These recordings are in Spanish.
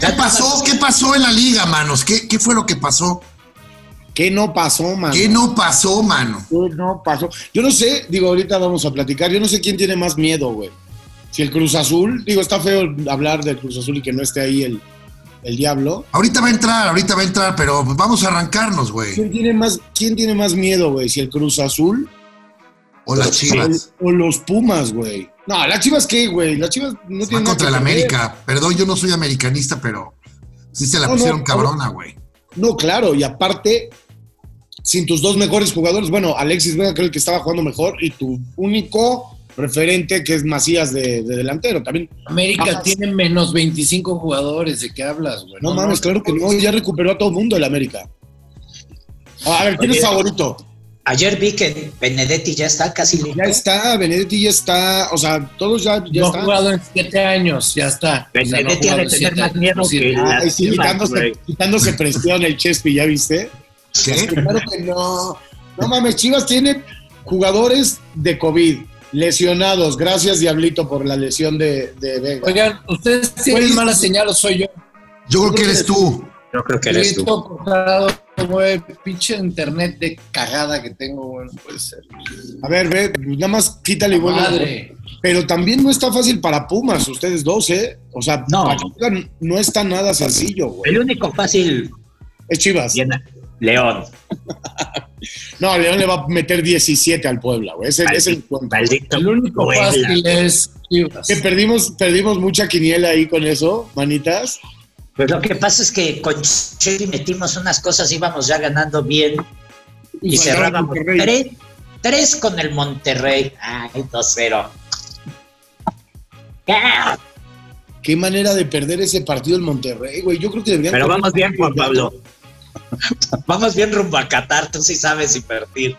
¿Qué pasó? ¿Qué pasó en la liga, manos? ¿Qué, qué fue lo que pasó? ¿Qué no pasó, mano? ¿Qué no pasó, mano? ¿Qué no pasó? Yo no sé, digo, ahorita vamos a platicar. Yo no sé quién tiene más miedo, güey. Si el Cruz Azul, digo, está feo hablar del Cruz Azul y que no esté ahí el, el diablo. Ahorita va a entrar, ahorita va a entrar, pero vamos a arrancarnos, güey. ¿Quién tiene más, quién tiene más miedo, güey? Si el Cruz Azul O las chivas. o los Pumas, güey. No, las chivas qué, güey. Las chivas no Va tienen contra nada que el perder. América. Perdón, yo no soy americanista, pero sí se la No, no, pusieron no. cabrona, güey. No, claro, y aparte, sin tus dos mejores jugadores, bueno, Alexis Vega creo que estaba jugando mejor, y tu único referente que es Macías de, de delantero también. América Bajas. tiene menos 25 jugadores. ¿De qué hablas, güey? No, mames, claro que no, ya recuperó a todo el mundo el América. Ah, A ver, ¿quién es Oye. favorito? Ayer vi que Benedetti ya está casi listo. Ya está, Benedetti ya está, o sea, todos ya, ya no ha están. jugado en 7 años, ya está. O sea, no ha Benedetti ha de jugado en tener siete más miedo años, Pues, que sí. la- Ay, sí, Chivas, quitándose, güey. quitándose presión el Chespi, ¿ya viste? ¿Qué? Claro que no. No mames, Chivas tiene jugadores de COVID, lesionados. Gracias, Diablito, por la lesión de, de Vega. Oigan, ¿ustedes tienen Güey, mala señal o soy yo? Yo creo que eres tú. Yo creo que eres tú. Grito cortado, güey. Pinche internet de cagada que tengo, güey. No puede ser. A ver, ve, nada más quítale y vuelve. Madre. Pero también no está fácil para Pumas, ustedes dos, ¿eh? O sea, No. para Chivas no está nada sencillo, güey. El único fácil, Es Chivas. Diana, León. No, León le va a meter 17 al Puebla, güey. Ese, ese es el cuento. Maldito. El único Puebla. fácil es Chivas. Que perdimos, perdimos mucha quiniela ahí con eso, manitas. Pues lo que pasa es que con Chevy metimos unas cosas, íbamos ya ganando bien y, faltaba cerrábamos Monterrey. tres, tres con el Monterrey. Ay, 2-0. ¡Ah! Qué manera de perder ese partido el Monterrey, güey. Yo creo que deberían. Pero vamos bien, Juan Pablo. Vamos bien rumbo a Qatar, tú sí sabes invertir.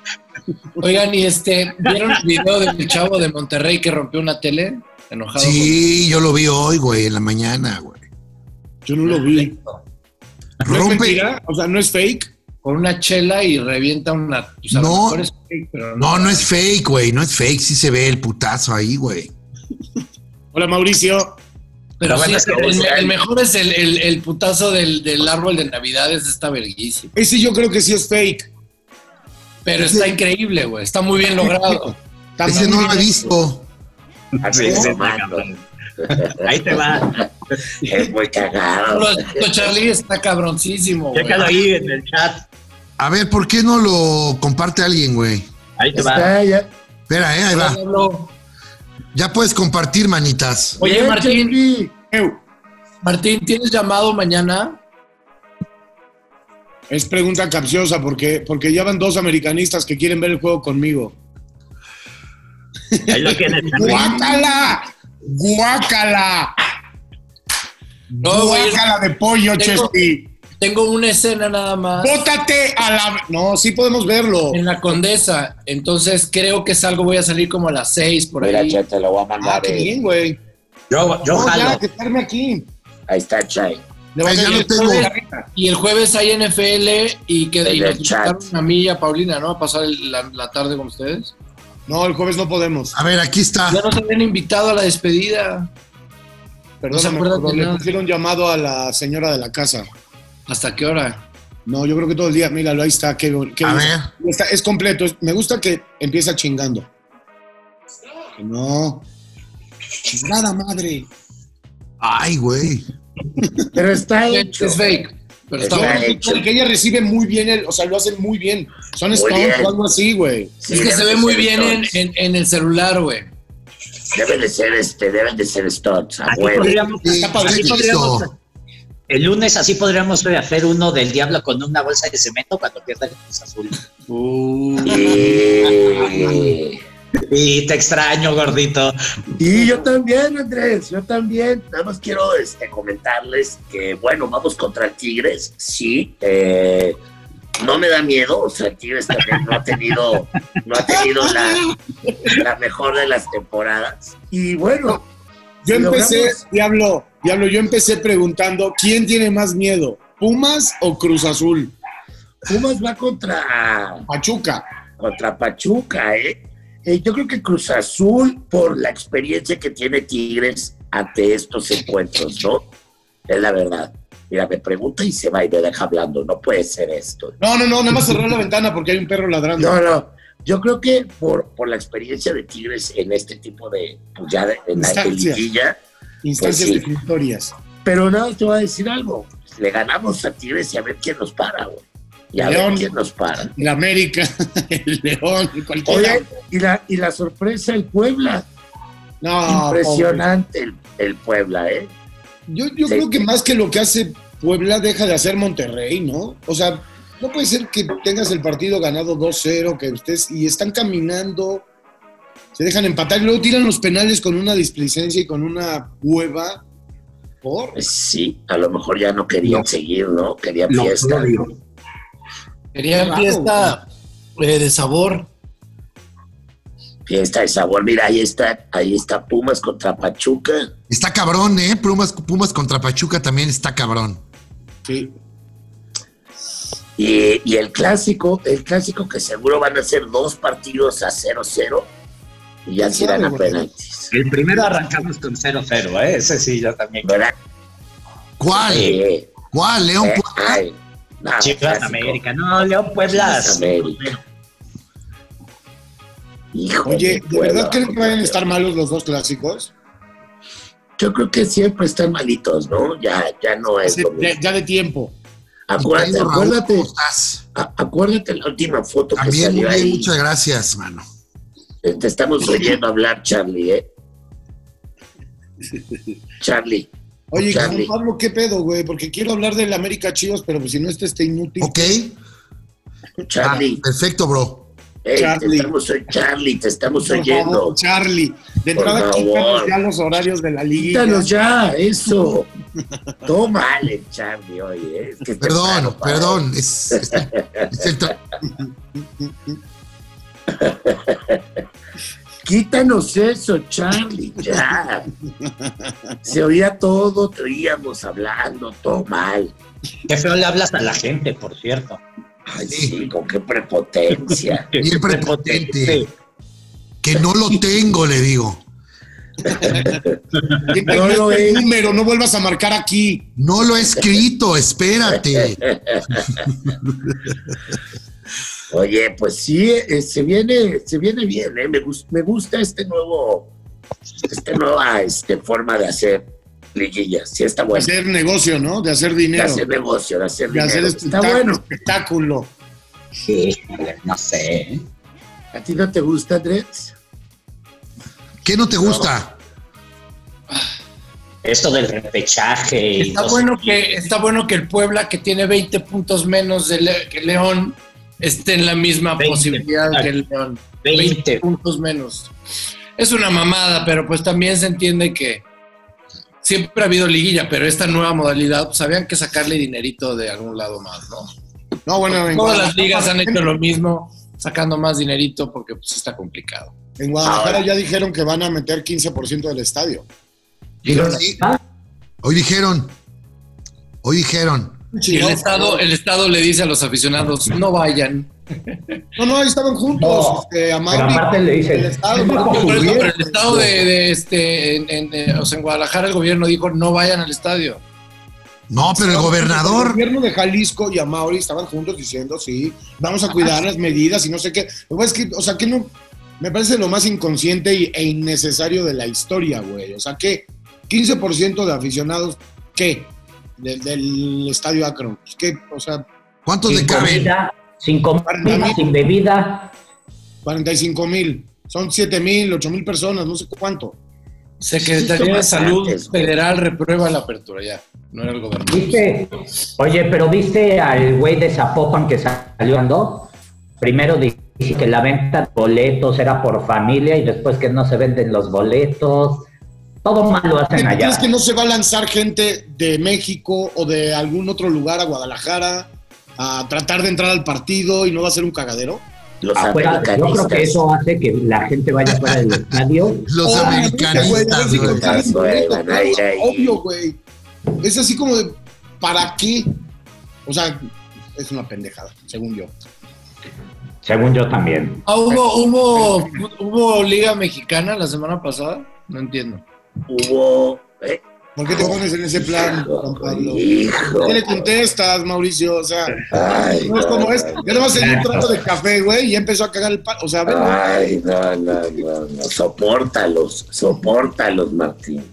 Oigan, y este, ¿vieron el video del chavo de Monterrey que rompió una tele? Enojado. Sí, yo lo vi hoy, güey, en la mañana, güey. Yo no lo con- vi. ¿No es Rompe. mentira? O sea, no es fake. Con una chela y revienta una. o sea, a lo No. mejor es fake, pero No, no es fake, güey, no es fake. Sí se ve el putazo ahí, güey. Hola, Mauricio. Pero Pero sí, bueno, es que- el, el mejor es el, el- el putazo del, del árbol de Navidad, es está verguísimo. Ese yo creo que sí es fake. Pero está increíble, güey. Está muy bien logrado. Está Ese muy no lo bien he hecho. visto. Así No, se mano. manda. Ahí te va. Es muy No cagado. lo has visto, Charlie está cabroncísimo, güey. Chécalo ahí en el chat. A ver, ¿por qué no lo comparte alguien, güey? Ahí te va. Está ya. Espera, eh, ahí va. Pablo. Ya puedes compartir, manitas. Oye, Bien, Martín, Chepi. Eu, Martín, ¿tienes llamado mañana? Es pregunta capciosa porque, porque ya van dos americanistas que quieren ver el juego conmigo. Ahí lo tienes también. ¡Guácala! ¡Guácala! No, güey. ¡Guácala de pollo, Tengo- Chespi! Tengo una escena nada más. ¡Bótate a la. No, sí podemos verlo. En la Condesa. Entonces creo que salgo, voy a salir como a las seis por Mira, ahí. Chay, te lo voy a Ah, mandar. qué eh. bien, güey. Yo, yo No, ya, jalo. que estarme aquí. Ahí está, Chay. Le va a Ay, ya caer lo el tengo. sol en la cara. Y el jueves hay NFL y que En y el nos invitaron chat. a mí y a Paulina, ¿no? A pasar el- la, la tarde con ustedes. No, el jueves no podemos. A ver, aquí está. Ya nos habían invitado a la despedida. se Perdóname, acuerdan pero de le nada. pusieron llamado a la señora de la casa. ¿Hasta qué hora? No, yo creo que todo el día, míralo, ahí está, qué, bon- qué A bon- ver. Está- es completo, es- me gusta que empieza chingando. Que No. Chingada madre. Ay, güey. Pero está hecho. Es fake. Pero Está está bueno. hecho. Que ella recibe muy bien, el, o sea, lo hacen muy bien. Son Muy Stones bien. o algo así, güey. Sí, Es que se deben ve de muy ser bien en, Stones. en- en el celular, güey. Deben de ser este, deben de ser Stones, a Aquí huevo. podríamos, Sí, acá podríamos- sí, podríamos- listo. el lunes así podríamos hacer uno del diablo con una bolsa de cemento cuando pierda el Cruz Azul. Y... Y te extraño, gordito. Y yo también, Andrés, yo también. Nada más quiero este, comentarles que, bueno, vamos contra el Tigres, sí. eh, no me da miedo, o sea, el Tigres también no ha tenido, no ha tenido la, la mejor de las temporadas. Y bueno, Yo si empecé, logramos- Diablo, Diablo, yo empecé preguntando, ¿quién tiene más miedo? ¿Pumas o Cruz Azul? Pumas va contra, Pachuca. contra Pachuca, ¿eh? Eh, Yo creo que Cruz Azul, por la experiencia que tiene Tigres ante estos encuentros, ¿no? Es la verdad. Mira, me pregunta y se va y me deja hablando. No puede ser esto. No, no, no, nada más cerrar la ventana porque hay un perro ladrando. No, no. Yo creo que por, por la experiencia de Tigres en este tipo de, pues ya de- en la Instancias. liguilla, Instancias pues sí. definitorias. Pero nada, te voy a decir algo. Le ganamos a Tigres y a ver quién nos para, güey. Y a León. ver quién nos para. El América, el León, cualquiera. Oye, y la, y la sorpresa, el Puebla. no, Impresionante el, el Puebla, pobre. ¿eh? Yo, yo Sí. creo que más que lo que hace Puebla, deja de hacer Monterrey, ¿no? O sea, no puede ser que tengas el partido ganado 2-0, que ustedes y están caminando, se dejan empatar y luego tiran los penales con una displicencia y con una hueva. ¿Por? Pues sí, a lo mejor ya no querían No. seguir, ¿no? Querían Lo fiesta. odio. Quería Claro. fiesta eh, de sabor. Fiesta de sabor. Mira, ahí está, ahí está Pumas contra Pachuca. Está cabrón, ¿eh? Pumas, Pumas contra Pachuca también está cabrón. Sí. Y, y el clásico, el clásico que seguro van a ser dos partidos a 0-0 y ya ¿Quién se irán sabe, a güey? penaltis. El primero arrancamos con 0-0, ¿eh? Ese sí, yo también. ¿Verdad? ¿Cuál? Eh, ¿Cuál? León eh, Puebla. ay, no, Chivas Ah, clásico. América. No, León Puebla. Chivas América. Hijo Oye, ¿de Puebla, verdad creen que vayan a estar Puebla. malos los dos clásicos? Yo creo que siempre están malitos, ¿no? Ya, ya no es Hace- lo mismo. Ya, ya de tiempo. Acuérdate, Raúl, acuérdate, ¿cómo estás? a- acuérdate la última foto que También, muy salió bien, ahí. muchas gracias, mano. Eh, Te estamos oyendo hablar, Charlie, ¿eh? Charlie, Oye, y Charlie. Juan Pablo, ¿qué pedo, güey? Porque quiero hablar del América Chivas, pero pues, si no, este está inútil. Ok. Ah, Charlie, perfecto, bro. eh, Charlie. te estamos oy- Charlie, te estamos Por oyendo. favor, Charlie. De Por entrada, favor. quítanos ya los horarios de la liga. Quítanos ya, eso. Toma, Vale, Charlie, oye. eh, es que está Perdón, claro, padre. perdón. Es, es- es el tra- Quítanos eso, Charlie, ya. Se oía todo, te oíamos hablando, todo mal. Qué feo le hablas a la gente, por cierto. Ay, sí, con qué prepotencia. Qué- Bien qué prepotente. prepotente. que no lo tengo, le digo. Ya No eh. tengo lo este es. número, no vuelvas a marcar aquí. No lo he escrito, espérate. Oye, pues sí, eh, se viene, se viene bien, ¿eh? me, gus- me gusta este nuevo, esta nueva este, forma de hacer liguillas. Sí, está De bueno. hacer negocio, ¿no? De hacer De dinero. hacer negocio, de hacer De hacer dinero. Está espectáculo. bueno. espectáculo. este, Sí, eh, no sé. ¿A ti no te gusta, Andrés? ¿Qué no te gusta? Esto del repechaje. y Está no sé bueno que está bueno que el Puebla que tiene 20 puntos menos de Le- que León esté en la misma 20, posibilidad claro. que el León. 20 20. puntos menos. Es una mamada, pero pues también se entiende que siempre ha habido liguilla, pero esta nueva modalidad pues habían que sacarle dinerito de algún lado más, ¿no? No, bueno, en Todas las Guadalajara- ligas han hecho lo mismo, sacando más dinerito porque pues está complicado. En Guadalajara Ahora. ya dijeron que van a meter 15% del estadio. Dijeron sí. Hoy dijeron. Hoy dijeron. Y el estado el estado le dice a los aficionados, "No vayan." No, no, ahí estaban juntos. No. Este, a Pero Mauri, aparte le el dices, estado. Por eso, pero el estado de, de, este, en, en, eh, o sea, en Guadalajara el gobierno dijo no vayan al estadio. No, pero el El gobernador. gobierno de Jalisco y Amauri estaban juntos diciendo, sí, vamos a cuidar las medidas y no sé qué. Lo que pasa es que, o sea, que no. Me parece lo más inconsciente y- e innecesario de la historia, güey. O sea, que 15% de aficionados, ¿qué? Del, del estadio Akron. Pues, ¿Qué? O sea, ¿Cuántos le sin caben? comida, sin comida, sin bebida. 45 mil. Son 7 mil, 8 mil personas, no sé cuánto. Secretaría de Antes, Salud güey. Federal reprueba la apertura ya. No era el gobernador. ¿Viste? Oye, pero ¿viste al güey de Zapopan que salió andando? Primero dice que la venta de boletos era por familia y después que no se venden los boletos. Todo mal lo hacen allá. ¿Crees que no se va a lanzar gente de México o de algún otro lugar a Guadalajara a tratar de entrar al partido y no va a ser un cagadero? Los Afuera, Ah, pues, yo creo que americanistas. eso hace que la gente vaya fuera del estadio. Los Obvio, güey, americanistas, así güey. con cara de Güey, bonito, van a claro, ir ahí. Obvio, güey. Es así como de, ¿para qué? O sea, es una pendejada, según yo. Según yo también. Ah, hubo, hubo, hubo Liga Mexicana la semana pasada. No entiendo. Hubo, eh, ¿Por qué te pones en ese plan, Juan Pablo? Hijo. ¿Qué le contestas, Mauricio? O sea, Ay, no es como este. es. no, Ya nomás en un trato de café, güey, y ya empezó a cagar el palo. O sea, ven, Ay, no, no, no, no. Sopórtalos, sopórtalos, Martín.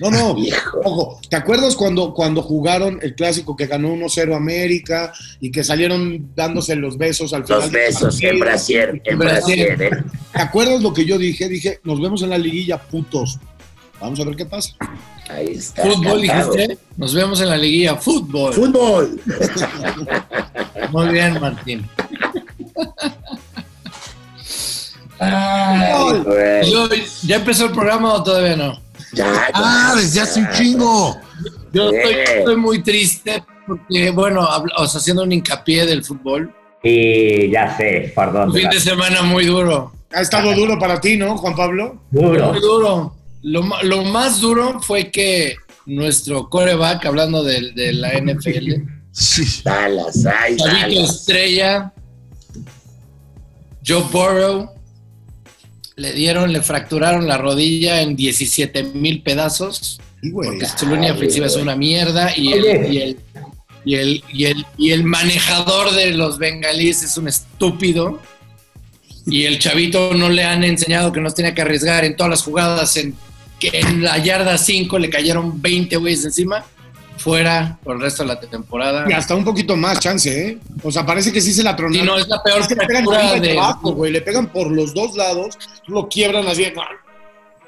no, no. Hijo. Ojo, ¿te acuerdas cuando, cuando jugaron el clásico que ganó 1-0 América y que salieron dándose los besos al final? Los del besos en partido? brasier, en Brasier. brasier, ¿eh? ¿Te acuerdas lo que yo dije? Dije, nos vemos en la liguilla, putos. Vamos a ver qué pasa. Ahí está. Fútbol, cantado. dijiste. Nos vemos en la liguilla. Fútbol. ¡Fútbol! Muy bien, Martín. Ay, güey. Pues Yo- ¿Ya empezó el programa o todavía no? Ya, ya. Ah, desde hace un chingo. Yo estoy, Bien. estoy muy triste porque, bueno, habla- o sea, haciendo un hincapié del fútbol, Y ya sé, perdón. un fin de semana muy duro. Ha estado duro para ti, ¿no, Juan Pablo? Duro. Muy duro. Lo, ma- lo más duro fue que nuestro coreback, hablando de, de la NFL, Sí. Dallas, ay, Chavito Dallas. Estrella, Joe Burrow, le dieron, le fracturaron la rodilla en 17 mil pedazos, Sí, güey. porque su línea ofensiva es una mierda y el, Oye. y, el, y, el, y, el, y el manejador de los bengalíes es un estúpido. Y el chavito no le han enseñado que nos tenía que arriesgar en todas las jugadas, en, que en la yarda 5 le cayeron 20 güeyes encima, fuera por el resto de la temporada. Y hasta un poquito más chance, ¿eh? O sea, parece que sí se la Sí, tronaron. no, es la peor Es que le pegan por fractura arriba y de. por abajo, güey. Le pegan por los dos lados, lo quiebran así.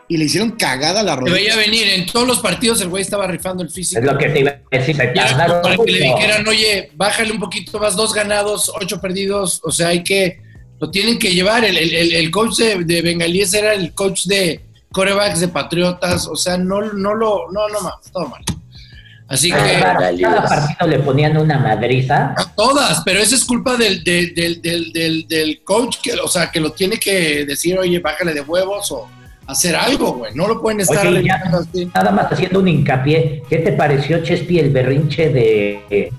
Y le hicieron cagada a la Se rodilla. veía venir. En todos los partidos el güey estaba rifando el físico. Es lo que te iba a decir. Se Y era tardaron para que le mucho. dijeran, oye, bájale un poquito más, dos ganados, ocho perdidos. O sea, hay que. Lo tienen que llevar. El, el- el- el coach de, de Bengalíes era el coach de corebacks de Patriotas. O sea, no, no lo. No, no más. Todo mal. Así que. Ah. Cada cada partido le ponían una madriza. A todas, pero esa es culpa del, del, del, del, del- del coach, que, o sea, que lo tiene que decir, oye, bájale de huevos o hacer algo, güey. No lo pueden estar Oye, ya. regañando así. Nada más haciendo un hincapié. ¿Qué te pareció, Chespi, el berrinche de,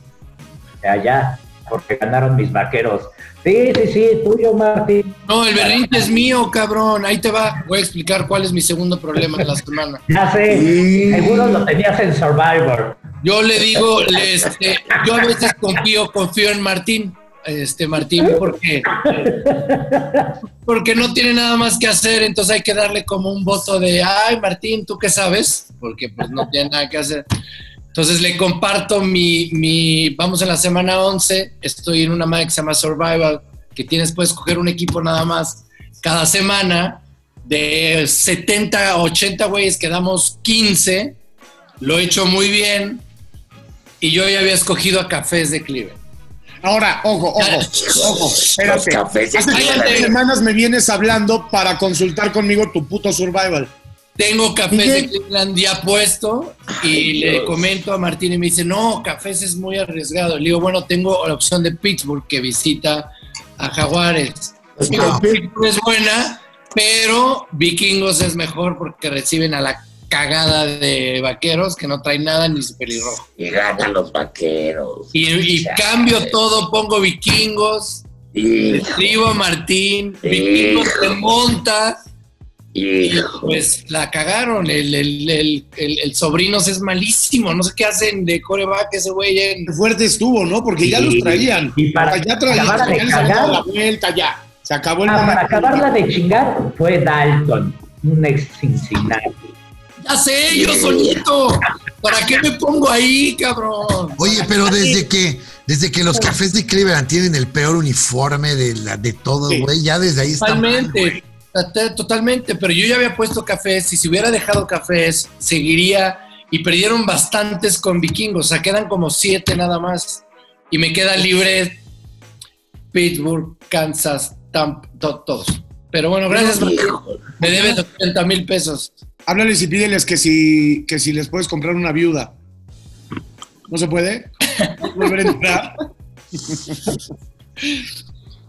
de allá? Porque ganaron mis vaqueros. Sí, sí, sí, tuyo, Martín. No, el berrinche es mío, cabrón. Ahí te va. Voy a explicar cuál es mi segundo problema de la semana. Ya sé, seguro lo tenías en Survivor. Yo le digo, le- este, yo a veces confío, confío en Martín, este Martín, porque porque no tiene nada más que hacer, entonces hay que darle como un voto de, ay Martín, ¿tú qué sabes? Porque pues no tiene nada que hacer. Entonces le comparto mi, mi vamos en la semana 11, estoy en una madre que se llama Survival, que tienes, puedes coger un equipo nada más cada semana, de 70 a 80 güeyes quedamos 15, lo he hecho muy bien, y yo ya había escogido a Cafés de Cleveland. Ahora, ojo, ojo, ojo, Los espérate. cafés de Hace Cállate. tres Cleveland. semanas me vienes hablando para consultar conmigo tu puto survival. Tengo cafés Miguel. de Cleveland ya puesto y Ay, le Dios. comento a Martín y me dice, no, cafés es muy arriesgado. Le digo, bueno, tengo la opción de Pittsburgh que visita a Jaguares. Digo, no. Pittsburgh es buena, pero Vikingos es mejor porque reciben a la cagada de vaqueros que no traen nada ni su pelirrojo. Y ganan los vaqueros. Y, y Chale. cambio todo, pongo Vikingos, Hijo, escribo a Martín, Vikingos se Hijo. monta. Y, hijo. pues la cagaron. El, el, el, el- el sobrino es malísimo. No sé qué hacen de coreback ese güey. eh. en- Qué fuerte estuvo, ¿no? Porque ya Sí. los traían. Y O para sea, Pues ya traían, acabarla de ya les habían dado la cagar, vuelta, ya. Se acabó el ah, para momento. acabarla de chingar fue Dalton, un ex Cincinnati. Ya sé, yo solito. ¿Para qué me pongo ahí, cabrón? Oye, pero desde que, desde que los cafés de Cleveland tienen el peor uniforme de, la, de todo, Sí. güey, ya desde ahí está. mal, güey. Totalmente. Traté- Totalmente. Pero yo ya había puesto cafés. Y si hubiera dejado cafés, seguiría. Y perdieron bastantes con vikingos. O sea, quedan como siete nada más. Y me queda libre Pittsburgh, Kansas, Tampa, to- todos. Pero bueno, gracias, Martín. Hijo. Me debes 80 mil pesos. Háblales y pídeles que si, que si les puedes comprar una viuda. ¿No se puede? Volver a entrar.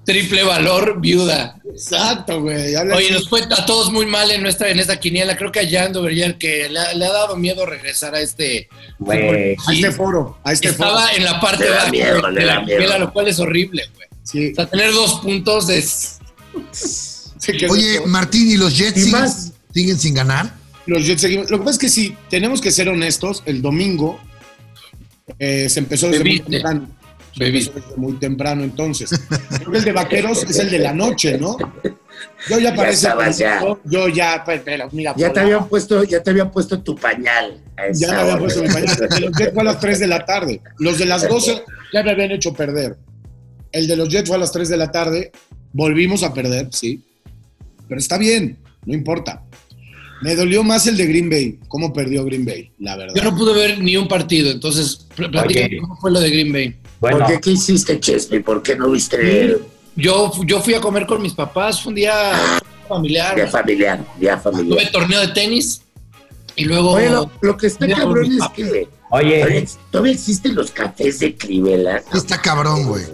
Triple valor, viuda. Exacto, güey. háblales. Oye, nos fue a todos muy mal en nuestra en esta quiniela. Creo que a Jan Doverger que le ha, le ha dado miedo regresar a este. Güey, a Sí. este foro, a este foro. Estaba en la parte Le da baja miedo, de le da la quiniela, miedo. lo cual es horrible, güey. Sí. O sea, tener dos puntos es. Se quedó Oye, todo. Martín, ¿y los Jets Y siguen, más. siguen sin ganar? Los Jets seguimos. Lo que pasa es que si tenemos que ser honestos, el domingo eh, se empezó desde muy Bebiste. temprano. Se Bebiste. empezó desde muy temprano, entonces. Creo que el de vaqueros es el de la noche, ¿no? Yo ya Ya parece. estabas ya. Yo ya, pues, pero mira, Ya te Pola, habían puesto, ya te habían puesto tu pañal. a esa ya me habían hora. puesto mi pañal. El de los Jets fue a las 3 de la tarde. Los de las 12 ya me habían hecho perder. El de los Jets fue a las 3 de la tarde. Volvimos a perder, sí. Pero está bien, no importa. Me dolió más el de Green Bay. ¿Cómo perdió Green Bay? La verdad. Yo no pude ver ni un partido, entonces pl- platícame Oye. cómo fue lo de Green Bay. Bueno, ¿Por qué qué hiciste, Chesney? ¿Por qué no viste Yo, fu- yo fui a comer con mis papás, fue un día ya familiar, familiar? Ya tuve familiar. torneo de tenis y luego... Oye, lo, lo que está Ya, cabrón mi es papá. que oye, todavía- todavía existen los cafés de Crivela. Está cabrón, güey.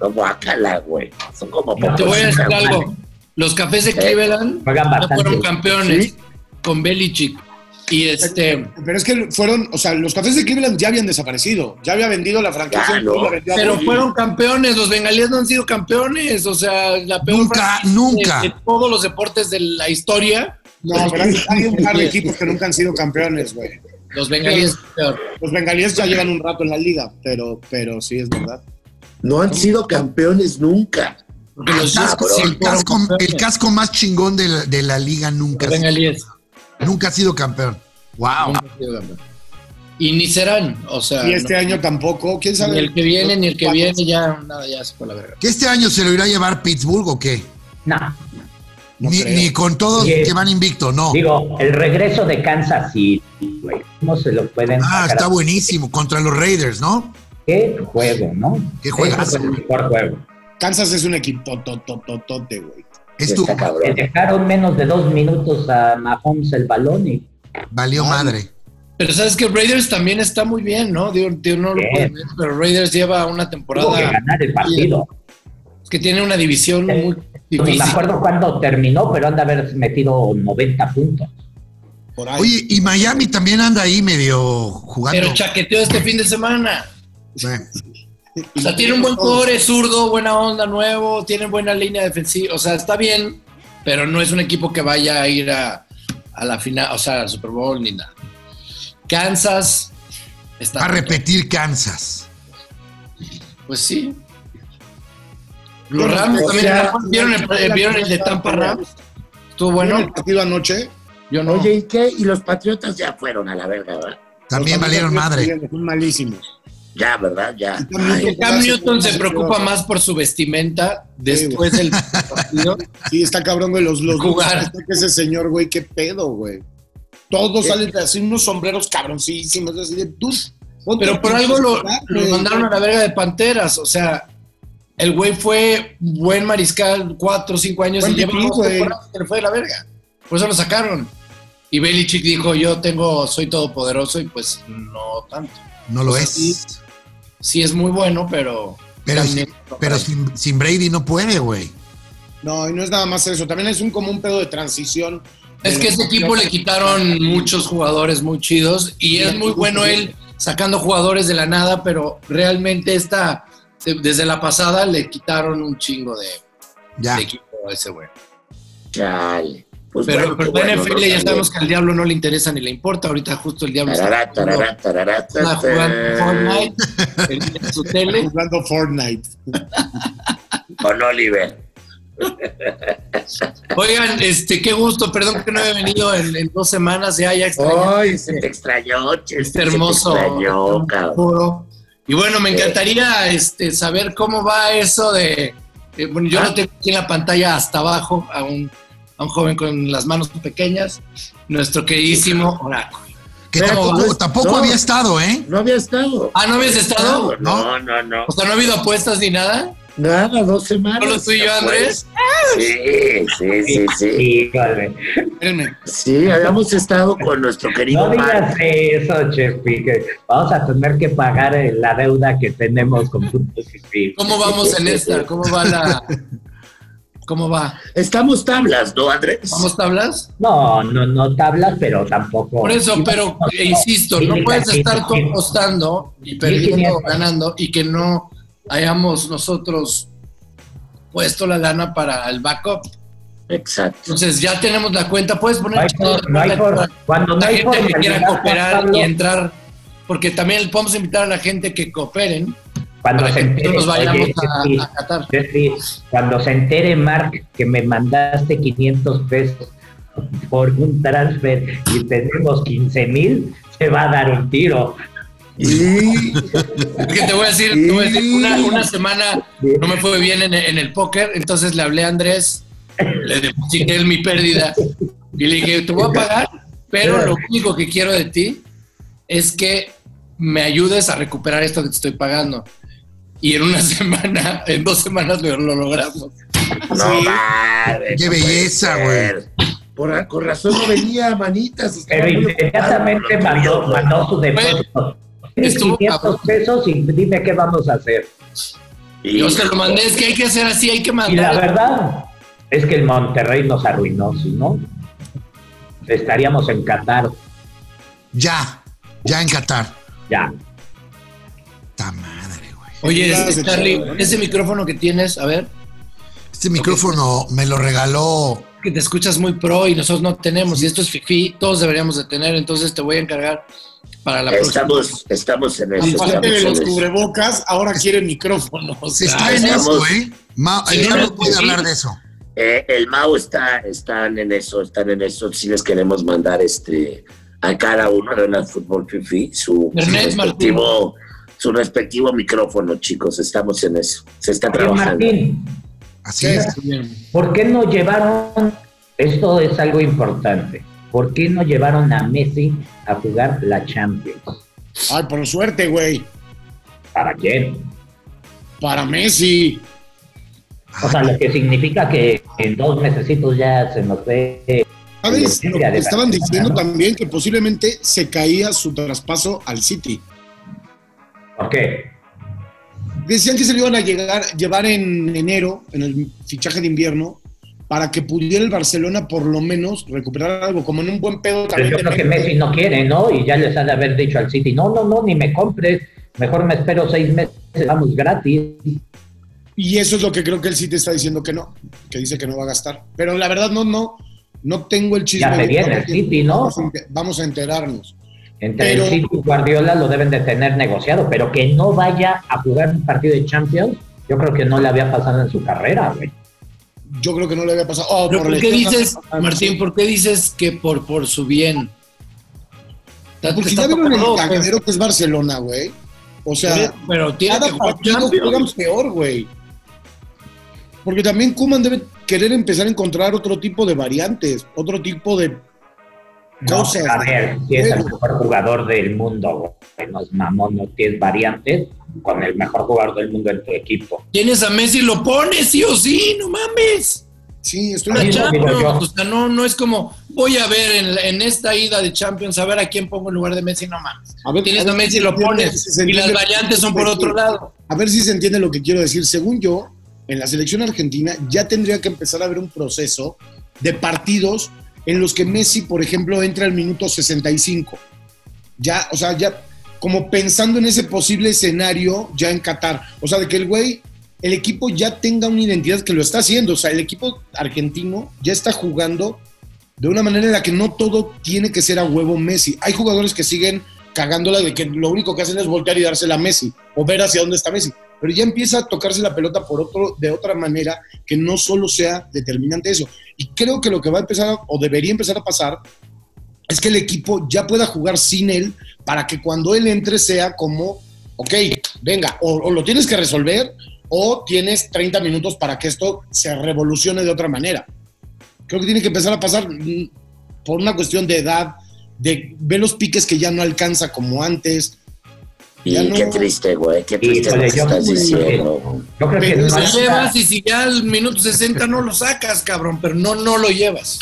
No, guácala, güey. Son como Te voy a pocos, decir Pues, güey. Eh, algo. Los cafés de Cleveland juegan no fueron bastante. campeones Sí. con Belichick. Y este, Pero es que fueron, o sea, los cafés de Cleveland ya habían desaparecido, ya había vendido la franquicia. Ya, ¿no? la vendió a pero Brady. fueron campeones. Los bengalíes no han sido campeones. O sea, la peor Nunca, franquicia de, de nunca. todos los deportes de la historia. pues, No, pero hay, hay un par de equipos que nunca han sido campeones, güey. Los bengalíes son peor. Los bengalíes ya llevan un rato en la liga, pero, pero sí es verdad. No han sido campeones nunca. Porque los El Jets casco- sí el, fueron casco, campeones. el casco más chingón de la, de la liga nunca, Los bengalíes. nunca ha sido campeón. Wow. nunca han sido campeones. Y ni serán. O sea, Y este no- año tampoco, quién sabe. ni el que viene, ni el que Vamos. viene, ya nada, ya se fue la verga. ¿Que este año se lo irá a llevar Pittsburgh o qué? No, No ni, creo. ni con todos Oye. que van invicto, no. digo, el regreso de Kansas City, güey. ¿Cómo se lo pueden Ah, sacar está a- buenísimo. Contra los Raiders, ¿no? Qué juego, ¿no? Qué juegazo, Ese fue el güey. mejor juego. Kansas es un equipo totototote, güey. Es tu Está Le cabrón. dejaron menos de dos minutos a Mahomes el balón y valió madre. Pero sabes que Raiders también está muy bien, ¿no? Digo, digo, no lo Bien. puedes ver, pero Raiders lleva una tuvo que temporada ganar el partido. Es que tiene una división Eh, muy Ni me difícil. acuerdo cuándo terminó, pero han de haber metido 90 puntos. Por ahí. Oye, y Miami también anda ahí medio jugando. Pero chaqueteó este fin de semana. Bueno, O sea, tiene un buen core, zurdo, buena onda, nuevo, tiene buena línea defensiva. O sea, está bien, pero no es un equipo que vaya a ir a, a la final, o sea, al Super Bowl ni nada. Kansas está. va a repetir Kansas. Pues sí. Los Bueno, Rams o también. sea, ¿Vieron, el, eh, vieron el de Tampa Rams? Estuvo Bueno, el bueno. partido anoche. Yo no. Oye, ¿y qué? Y los patriotas ya fueron a la verga, ¿verdad? También Los valieron madre. Son malísimos. Ya, ¿verdad? Ya. Ay. Cam Newton se preocupa más por su vestimenta después del partido. Sí, está cabrón, güey, los, los Jugar. está que ese señor, güey, qué pedo, güey. Eh. Todos salen así unos sombreros cabroncísimos, así de tú. ponte Pero por pinches algo lo, zapatos, lo mandaron a la verga de Panteras. O sea, el güey fue buen mariscal cuatro o cinco años Buen y lleva pipí, dos güey. temporadas que le fue de la verga. Por eso lo sacaron. Y Belichick dijo, yo tengo, soy todopoderoso y pues no tanto. No lo O sea, es. Sí es muy bueno, pero... Pero, también- pero sin, sin Brady no puede, güey. No, y no es nada más eso. También es un como un pedo de transición. Eh, Es que a ese equipo le quitaron muchos jugadores muy chidos y es muy bueno él sacando jugadores de la nada, pero realmente esta, de- desde la pasada le quitaron un chingo de, Ya. de equipo a ese güey. Chale. Pues Pero, bueno, pero qué la bueno, NFL ¿no? ya sabemos que También. al diablo no le interesa ni le importa, ahorita justo el diablo Tarará, tarará, tarará, está tarará. jugando Fortnite en su tele. jugando Fortnite. Con Oliver. Oigan, este, qué gusto, perdón que no he venido en, en dos semanas, ya, ya extrañé. Ay, se te extrañó, Este Chesney, Oh, se te hermoso extrañó, cabrón. foro. Y bueno, me encantaría este, saber cómo va eso de. eh, bueno, yo Ah. lo tengo aquí en la pantalla hasta abajo a un, a un joven con las manos pequeñas, nuestro queridísimo Oraco. Que Pero, tampoco, pues, tampoco no. había estado, ¿eh? No había estado. Ah, ¿no habías estado? No, no, no. O sea, no ha habido apuestas ni nada. Nada, dos semanas. Solo tú y yo, Andrés. Sí, sí, sí, sí. Híjole. Espérenme. Sí, habíamos estado con nuestro querido No digas Mark. eso, Chepi, que vamos a tener que pagar eh, la deuda que tenemos con puntos y fin. ¿Cómo vamos en esta? ¿Cómo va la.? ¿Cómo va? Estamos tablas, ¿no, Andrés? ¿Vamos tablas? No, no, no tablas, pero tampoco. Por eso, pero eh, insisto, no puedes estar tú apostando y perdiendo o ganando y que no hayamos nosotros puesto la lana para el backup. Exacto. Entonces ya tenemos la cuenta, puedes poner No hay toda por- no hay por- cuando no la hay gente que formalidad, quiera Juan cooperar Pablo, y entrar, porque también podemos invitar a la gente que cooperen cuando para se que entere, todos nos vayamos oye, Ceci, a, a Qatar. Ceci, cuando se entere Mark que me mandaste 500 pesos por un transfer y tenemos 15 mil, se va a dar un tiro. Y Porque te voy a decir, te voy a decir, una, una semana no me fue bien en, en el póker, entonces le hablé a Andrés, le deposité mi pérdida y le dije, te voy a pagar, pero lo único que quiero de ti es que me ayudes a recuperar esto que te estoy pagando. Y en una semana, en dos semanas lo, lo logramos. No mames. Qué no puede belleza, ser. por, con razón no venía manitas. estaba Pero muy inmediatamente ocupado, lo mandó, tuyo, mandó su depósito. Tienes estuvo 500 cabrón. pesos y dime qué vamos a hacer. Y- Yo se lo mandé, es que hay que hacer así, hay que Y la mandar. verdad es que el Monterrey nos arruinó, si no, estaríamos en Qatar Ya, ya en Qatar. ya. Esta madre, güey. Oye, Ya se Charlie, echó, ¿eh? ese micrófono que tienes, a ver, Este micrófono me lo regaló. que te escuchas muy pro y nosotros no tenemos, y esto es fifi, todos deberíamos de tener, entonces te voy a encargar para la próxima. Estamos, estamos en eso. Pues Aparte de los estamos en eso. cubrebocas, ahora quieren micrófonos. Se está en estamos- eso, ¿eh? Ma- Sí, el Carlos no, puede sí. hablar de eso. Eh, el Mao está, están en eso, están en eso. Sí les queremos mandar este a cada uno de la fútbol fifi su, su Ernest respectivo su respectivo micrófono, chicos. Estamos en eso. Se está Oye, trabajando. Martín, Así es. ¿por qué no llevaron? Esto es algo importante. ¿Por qué no llevaron a Messi a jugar la Champions? Ay, por suerte, güey. ¿Para quién? Para Messi. O sea, lo que significa que en dos mesecitos ya se nos ve. ¿Sabes? Sí, Lo que adelante, estaban diciendo ¿no? también que posiblemente se caía su traspaso al City. ¿Por qué? Decían que se lo iban a llegar, llevar en enero, en el fichaje de invierno, para que pudiera el Barcelona por lo menos recuperar algo, como en un buen pedo Pues también. yo de creo que Messi. Messi no quiere, ¿no? Y ya les ha de haber dicho al City, no, no, no, ni me compres, mejor me espero seis meses, vamos gratis. Y eso es lo que creo que el City está diciendo que no, que dice que no va a gastar. Pero la verdad no, no, no tengo el chisme. Ya se de- viene el City, ¿no? Vamos a enter- Vamos a enterarnos. Entre Pero- el City y Guardiola lo deben de tener negociado, pero que no vaya a jugar un partido de Champions, yo creo que no le había pasado en su carrera, güey. Yo creo que no le había pasado. Oh, Pero por ¿por qué lesiones. dices, Martín, por qué dices que por, por su bien? Está- Porque está ya vieron el tocando, pues, cagadero que es Barcelona, güey. O sea, pero tiene que cada jugar partido Champions. juegan peor, güey. Porque también Kuman debe querer empezar a encontrar otro tipo de variantes, otro tipo de No, Cosas. a ver, si es el mejor jugador del mundo, güey, nos mamó, no tienes variantes con el mejor jugador del mundo en tu equipo. Tienes a Messi, lo pones, sí o sí, no mames. Sí, estoy La Ahí de lo acuerdo. digo Champions, yo. o sea, no, no es como, voy a ver en, la- en esta ida de Champions, a ver a quién pongo en lugar de Messi, no mames. A ver, Tienes a a ver Messi, si lo entiende- pones, si se y las entiende- variantes son por Sí. otro lado. A ver si se entiende lo que quiero decir. Según yo, en la selección argentina ya tendría que empezar a haber un proceso de partidos en los que Messi, por ejemplo, entra al minuto 65. Ya, o sea, ya como pensando en ese posible escenario ya en Qatar. O sea, de que el güey, el equipo ya tenga una identidad que lo está haciendo. O sea, el equipo argentino ya está jugando de una manera en la que no todo tiene que ser a huevo Messi. Hay jugadores que siguen cagándola de que lo único que hacen es voltear y dársela a Messi o ver hacia dónde está Messi. Pero ya empieza a tocarse la pelota por otro, de otra manera que no solo sea determinante eso. Y creo que lo que va a empezar a- o debería empezar a pasar es que el equipo ya pueda jugar sin él para que cuando él entre sea como, ok, venga, o, o lo tienes que resolver o tienes 30 minutos para que esto se revolucione de otra manera. Creo que tiene que empezar a pasar mm, por una cuestión de edad, de ver los piques que ya no alcanza como antes. Ya Y no- qué triste, güey. Qué triste Híjole, lo Pues que yo- estás Uy. diciendo. Yo creo que Pero no se hay Lo una- llevas y si ya al minuto 60 no lo sacas, cabrón, pero no, no lo llevas.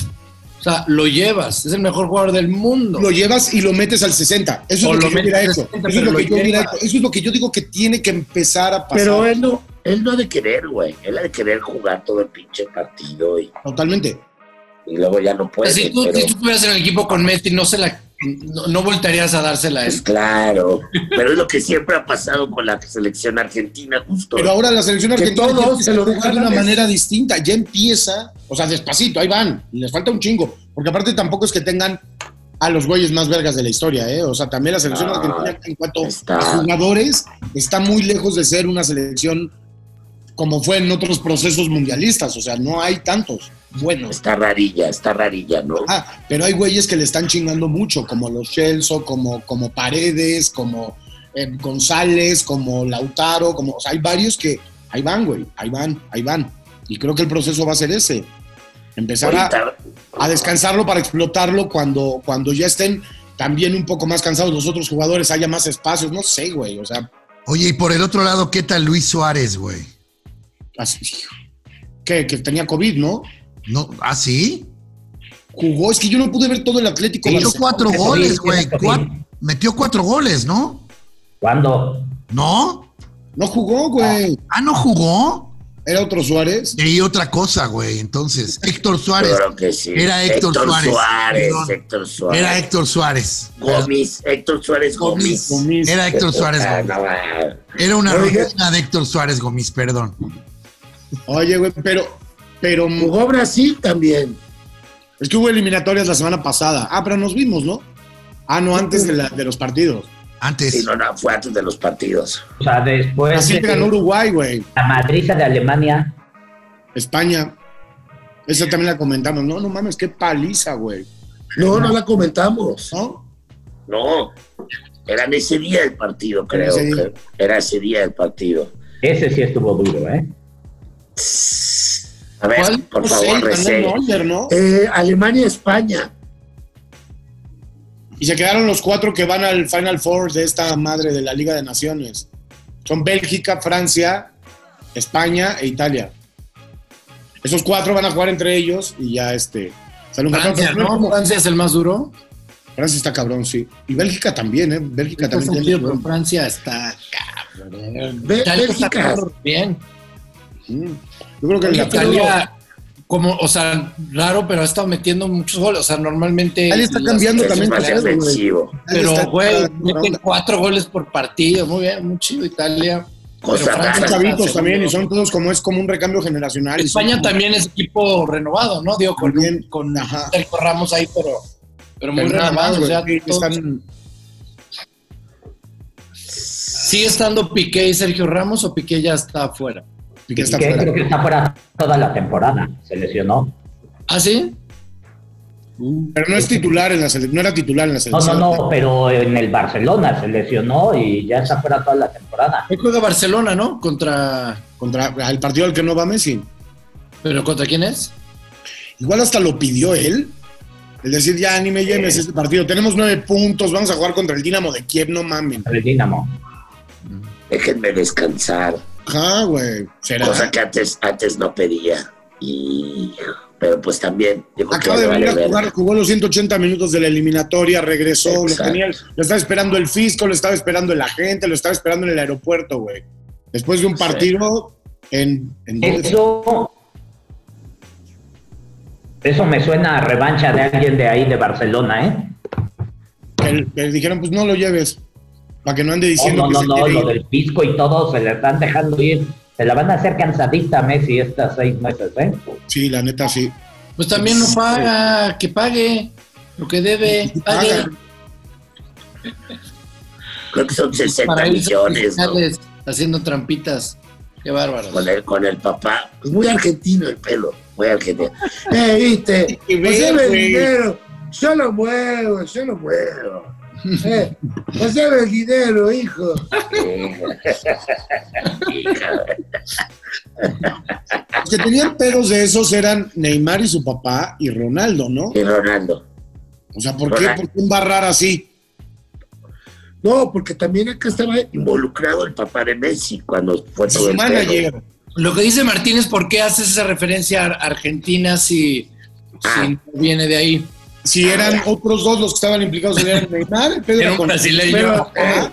O sea, lo llevas, es el mejor jugador del mundo. Lo llevas y lo metes al 60. Eso O es lo, lo que yo metes hubiera al hecho. 60, Eso es pero lo que lo yo hubiera llevas. hecho. Eso es lo que yo digo que tiene que empezar a pasar. Pero él no, Él no ha de querer, güey. Él ha de querer jugar todo el pinche partido y, Totalmente. y luego ya no puede. si, tú, Pues pero- si tú estuvieras en el equipo con Messi, no se la no, no voltarías a dársela a Pues él. claro, pero es lo que siempre ha pasado con la selección argentina, justo. Pero ahora la selección Que argentina todos ya empieza se lo a jugar de dejan una a Messi. manera distinta. Ya empieza, o sea, despacito, ahí van. Les falta un chingo. Porque aparte tampoco es que tengan a los güeyes más vergas de la historia, ¿eh? O sea, también la selección Ah, argentina en cuanto está. a jugadores está muy lejos de ser una selección como fue en otros procesos mundialistas. O sea, no hay tantos buenos. Está rarilla, está rarilla, ¿no? Ah, pero hay güeyes que le están chingando mucho, como los Celso, como, como Paredes, como eh, González, como Lautaro, como, o sea, hay varios que ahí van, güey, ahí van, ahí van. Y creo que el proceso va a ser ese. pues Empezar a, Ahorita- a descansarlo para explotarlo cuando, cuando ya estén también un poco más cansados los otros jugadores, haya más espacios, no sé, güey, o sea, Oye, y por el otro lado, ¿qué tal Luis Suárez, güey? así. Que, que tenía COVID, ¿no? No, ¿Ah, sí? Jugó, es que yo no pude ver todo el Atlético. Metió Barcelona. cuatro sí, goles, sí, güey. sí. Cuat- Metió cuatro goles, ¿no? ¿Cuándo? ¿No? No jugó, güey. Ah, ¿no jugó? Era otro Suárez. Leí otra cosa, güey. Entonces, Héctor Suárez. Claro que sí. Era Héctor Suárez. Perdón. Héctor Suárez. Era Héctor Suárez. Gómez, Héctor Suárez Gómez. Gomis. Era Héctor Suárez Ah, Gómez. no, ah. Era una Oye. rutina de Héctor Suárez Gómez, perdón. Oye, güey, pero, pero Jugó Brasil también. es que hubo eliminatorias la semana pasada. Ah, pero nos vimos, ¿no? Ah, no, antes de, la- de los partidos. Antes. Sí, no, no, fue antes de los partidos. O sea, después Brasil de ganó Uruguay, güey. la madriza de Alemania. España. Esa también la comentamos. No, no mames, qué paliza, güey. No, no la comentamos. ¿No? No, era en ese día el partido, Era creo. ese día. que- Era ese día el partido. Ese sí estuvo duro, ¿eh? A ver, ¿Cuál? Pues, por No sé, favor, ganó Resey. Neuer, ¿no? Eh, Alemania-España. Y se quedaron los cuatro que van al Final Four de esta madre de la Liga de Naciones. Son Bélgica, Francia, España e Italia. Esos cuatro van a jugar entre ellos y ya este. sale un campeón. Francia, Pero ¿no? Francia es el más duro. Francia está cabrón, sí. Y Bélgica también, ¿eh? Bélgica Está también tiene- sentido, pero Francia está cabrón. Ve- Italia está Bélgica. bien. Mm. Yo creo que la Italia, como, o sea, raro, pero ha estado metiendo muchos goles. O sea, normalmente. Italia está las- cambiando Es también. más claro, güey. ofensivo. Italia está- Pero, güey, meten Italia- cuatro goles por partido. Muy bien, muy chido Italia. Cosa Pero Francia rara, Son chavitos está también y seguro. son todos como es como un recambio generacional. y son España como- también es equipo renovado, ¿no? Digo, con, También, con ajá. Sergio Ramos ahí, pero, pero muy Pero nada más, renovado. o sea, güey, todos- están- ¿Sigue estando Piqué y Sergio Ramos o Piqué ya está afuera? Piqué está que fuera. creo que está fuera toda la temporada. Se lesionó. ¿Ah, sí? Pero no es titular en la selección, no era titular en la No, no, selección. no, pero en el Barcelona se lesionó y ya está fuera toda la temporada. Hoy juega Barcelona, ¿no? Contra. Contra el partido al que no va Messi. ¿Pero contra quién es? Igual hasta lo pidió él. Es decir, ya ni me lleves este partido. Tenemos nueve puntos, vamos a jugar contra el Dinamo de Kiev, no mamen. El Dinamo. Déjenme descansar. Ajá, güey. Será. Cosa que antes, antes no pedía. Y, pero pues también. yo creo Acaba que de vale venir a verga. jugar, jugó los 180 minutos de la eliminatoria, regresó, lo, Exacto. tenía, lo estaba esperando el fisco, lo estaba esperando el agente, lo estaba esperando en el aeropuerto, güey. Después de un partido en... en ¿dónde fue? Eso. Eso me suena a revancha de alguien de ahí de Barcelona, ¿eh? que le- que le dijeron, pues no lo lleves, para que no ande No, diciendo no, que Oh, no, se no, quiere lo ir. del pisco y todo se le están dejando ir. Se la van a hacer cansadita a Messi estas seis meses, ¿eh? Sí, la neta, sí. Pues también no paga, que pague lo que debe, pague. Paga. Creo que son 60 Para irse a millones. ¿no? fiscales haciendo trampitas. Qué bárbaro. Con, el, con el papá. Pues muy argentino el pelo. Muy argentino. Eh, viste, Y pues ve, debe el güey. dinero, yo lo muevo, yo lo muevo. Eh, pues debe el dinero, hijo. Eh, Los que tenían pedos de esos eran Neymar y su papá y Ronaldo, ¿no? Y Ronaldo. O sea, ¿por qué, Ronaldo. ¿por qué embarrar así? No, porque también acá estaba. Involucrado el papá de Messi cuando fue todo Su el pelo. manager. Lo que dice Martín es por qué haces esa referencia a Argentina si, si no viene de ahí. Si eran otros dos los que estaban implicados, eran Neymar, el pedo Era un con- brasileño. Ajá.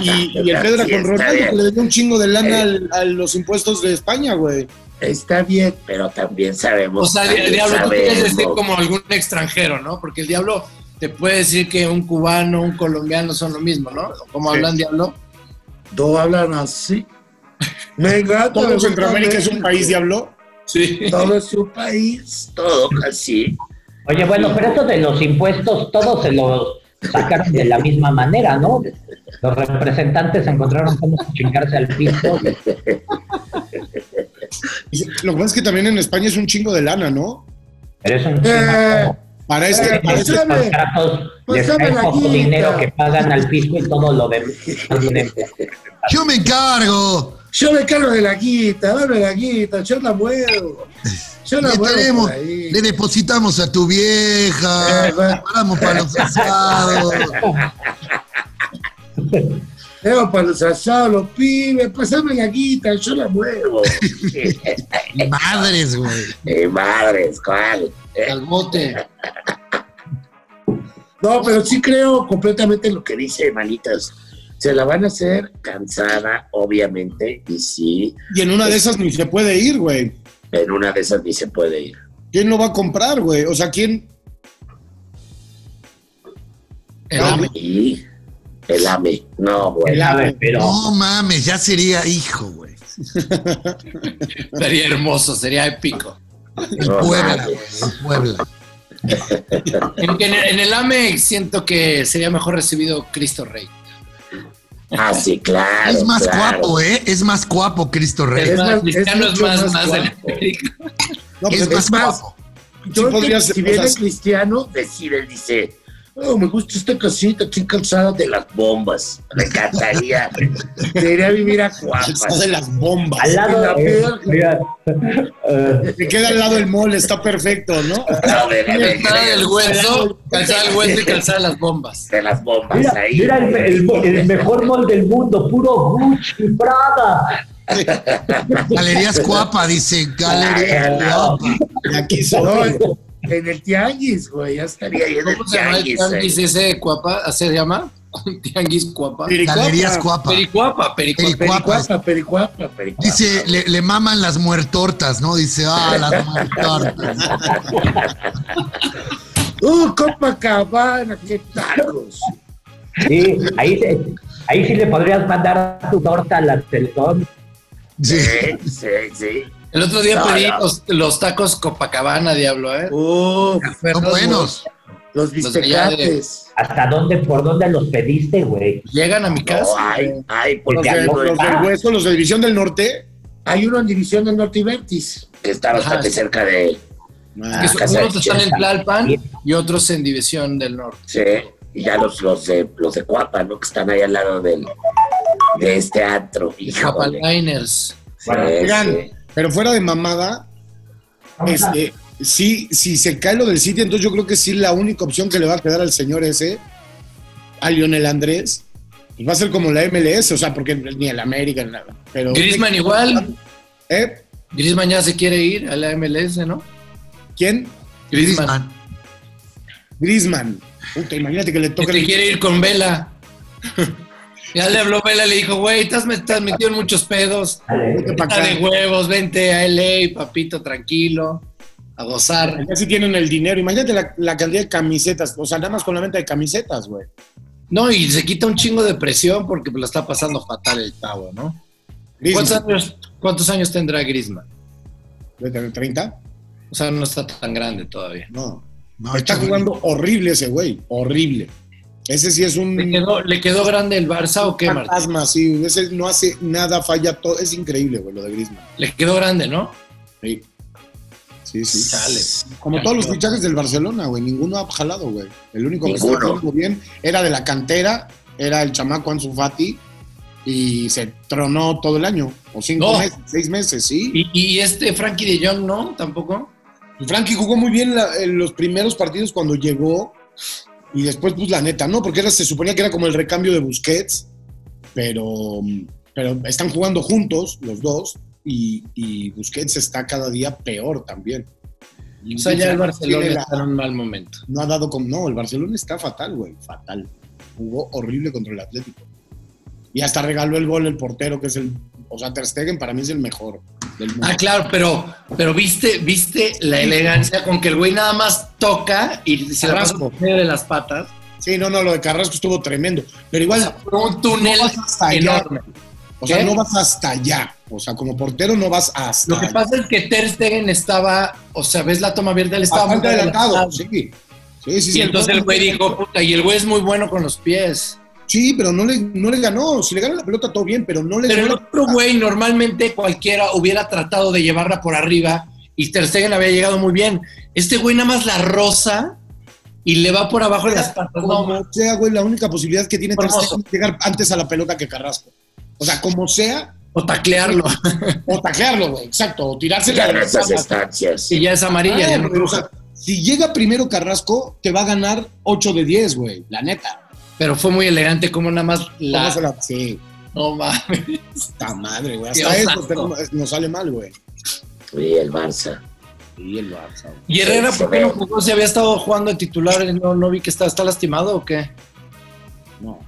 Y, y el Pedro era Sí, con está Ronaldo pues, bien. que le dio un chingo de lana Eh. al- a los impuestos de España, güey. Está bien. Pero también sabemos. O sea, di- también Diablo, tú este quieres decir sabemos. como algún extranjero, ¿no? Porque el Diablo te puede decir que un cubano, un colombiano son lo mismo, ¿no? ¿Cómo hablan, diablo? Todos hablan así. Me encanta. Todo me gusta Centroamérica es un México. país, diablo. Sí. Todo es un país. Todo así. Oye, bueno, pero esto de los impuestos, todos se los sacaron de la misma manera, ¿no? Los representantes encontraron cómo chingarse al piso. Y Lo que pasa es que también en España es un chingo de lana, ¿no? Pero es un Eh, chingazo. Para este, Eh, para este- Estos pásame, contratos les pásame cae la poco quinta. dinero que pagan al piso y todo lo demás. Yo me encargo. Yo me cargo de la guita, dame la guita, yo la muevo. Yo la Le, muevo. tenemos- por ahí. le depositamos a tu vieja. Eh, va. Preparamos para los asados. Tenemos para los asados, los pibes, pasame la guita, yo la muevo. Madres, güey. Eh, madres, ¿cuál? Al bote. No, Pero sí creo completamente en lo que que dice, manitas, se la van a hacer cansada, obviamente, y sí, y en una de esas ni se puede ir, güey. en una de esas ni se puede ir. ¿Quién lo va a comprar, güey? O sea, ¿quién? Eh. El amo. Y el AME, no, güey. El amo. Pero No mames, ya sería hijo, güey. Sería hermoso, sería épico. El No Puebla, güey. mames. El Puebla. En, en el- en el AME siento que sería mejor recibido Cristo Rey. Ah, sí, claro. Es más claro. guapo, ¿eh? Es más guapo Cristo Rey. Es Es más, más- Cristiano es es mucho más, más más de la guapo. América. No, pues Es entonces, más es más- guapo. Yo creo que podrías- si viene o sea, cristiano, Decide, él dice, oh, me gusta esta casita, estoy cansada de de la. las bombas, me encantaría. Me iré a vivir a está guapas. de las bombas. al en la lado piel. Mira, eh, Te queda al lado el mall, está perfecto, ¿no? No, de, de- de- Calzada del hueso, calzada del hueso y calzada las bombas. de las bombas mira, ahí. mira el, el- el mejor mall del mundo, puro Gucci, Prada. Galerías guapa, dice. Galerías guapa. Y aquí se No, en- en el tianguis, güey, ya estaría. Estaría ahí en el ¿Cómo se llama el tianguis, tianguis eh. ese cuapa? ¿Se llama? Tianguis cuapa. Galerías guapa. Pericuapa, pericuapa. Pericuapa. Pericuapa, pericuapa. Dice, le, le maman las muertortas, ¿no? Dice, ah, las muertortas. ¡Uh, Copacabana! ¡Qué tacos! Sí, ahí, se- ahí sí le podrías mandar tu torta a la Teletón. Sí. Sí, sí, sí. El otro día No, pedí no. Los, los tacos Copacabana, diablo, ¿eh? ¡Uh, Son buenos. Los bistecates. ¿Hasta dónde, por dónde los pediste, güey? Llegan a mi No, casa. ay, ay, Los, porque de- algo los del hueso, los de División del Norte. Hay uno en División del Norte y Vertis. que estaba bastante Ajá. cerca de que Ah, son- casa de unos están en Chiapas. Tlalpan y otros en División del Norte. Sí, y ya los, los de los de Cuapa, ¿no? Que están ahí al lado del de este antro. Cuapa Híjole. Liners. Sí, Bueno, sí. Oigan, pero fuera de mamada, este, sí, si se cae lo del sitio, entonces yo creo que sí la única opción que le va a quedar al señor ese, a Lionel Andrés, pues va a ser como la MLS, o sea, porque ni el América, ni nada. Pero, Griezmann igual. ¿Eh? Griezmann ya se quiere ir a la MLS, ¿no? ¿Quién? Griezmann. Griezmann. Griezmann. Puta, imagínate que le Que toque te el... quiere ir con Vela. Ya le habló Vela, le dijo, güey, estás, me- estás metido en muchos pedos. Vete pa' Está acá. de huevos, vente a LA, papito, tranquilo, a gozar. Ya si tienen el dinero, imagínate la, la cantidad de camisetas, o sea, nada más con la venta de camisetas, güey. No, y se quita un chingo de presión porque lo está pasando fatal el Tavo, ¿no? ¿Cuántos Griezmann, años, cuántos años tendrá Griezmann? ¿debe tener ¿30? O sea, no está tan grande todavía. No. No, Está chaval. jugando horrible ese güey, horrible. Ese sí es un... ¿Le quedó, le quedó grande el Barça o qué, Martín? fantasma, sí. Ese no hace nada, falla todo. Es increíble, güey, lo de Griezmann. Le quedó grande, ¿no? Sí. Sí, sí. Chale. Como todos los fichajes del Barcelona, güey. Ninguno ha jalado, güey. El único que Ninguno. estaba jugando bien era de la cantera, era el chamaco Ansu Fati y se tronó todo el año. O cinco No. meses, seis meses, sí. Y, y este Frankie de Jong, ¿no? ¿Tampoco? Y Pues Frankie jugó muy bien la- en los primeros partidos cuando llegó y después, pues la neta, ¿no? Porque era, se suponía que era como el recambio de Busquets, pero, pero están jugando juntos los dos y, y Busquets está cada día peor también. O sea, ya el Barcelona Tiene la- está en un mal momento. no ha dado como. No, el Barcelona está fatal, güey, fatal. Jugó horrible contra el Atlético. Y hasta regaló el gol el portero, que es el. O sea, Ter Stegen para mí es el mejor. del mundo. Ah, claro, pero, pero viste, viste la elegancia con que el güey nada más toca y se rasca Carrasco. de las patas. Sí, no, no, lo de Carrasco estuvo tremendo. Pero igual, Un túnel no vas hasta allá. enorme. O sea, ¿Qué? no vas hasta allá. O sea, como portero no vas hasta Lo que pasa es que Ter Stegen estaba, o sea, ves la toma abierta, él estaba muy Bastante adelantado. adelantado. Sí. Sí, sí, sí. Y entonces el güey dijo, puta, y el güey es muy bueno con los pies. Sí, pero no le, no le ganó. Si le gana la pelota, todo bien, pero no le Pero el ganó. otro güey, normalmente cualquiera hubiera tratado de llevarla por arriba y Ter Stegen había llegado muy bien. Este güey nada más la rosa y le va por abajo de las patas. pues No, Como sea, güey, la única posibilidad que tiene Ter Hermoso. Stegen es llegar antes a la pelota que Carrasco. O sea, como sea, o taclearlo. o taclearlo, güey, exacto, o tirarse Ya en esas estancias. Y ya es amarilla. ya no Ah, o cruza. sea, si llega primero Carrasco, te va a ganar 8 de 10, güey, la neta. Pero fue muy elegante como nada más la... ¿Cómo se la- Sí, No mames. está madre, güey. Dios Hasta eso santo. tenemos- nos sale mal, güey. Y el Barça. Y el Barça, güey. ¿Y Herrera por qué no jugó? Si había estado jugando de titular, no, no vi que está, está lastimado o qué. No.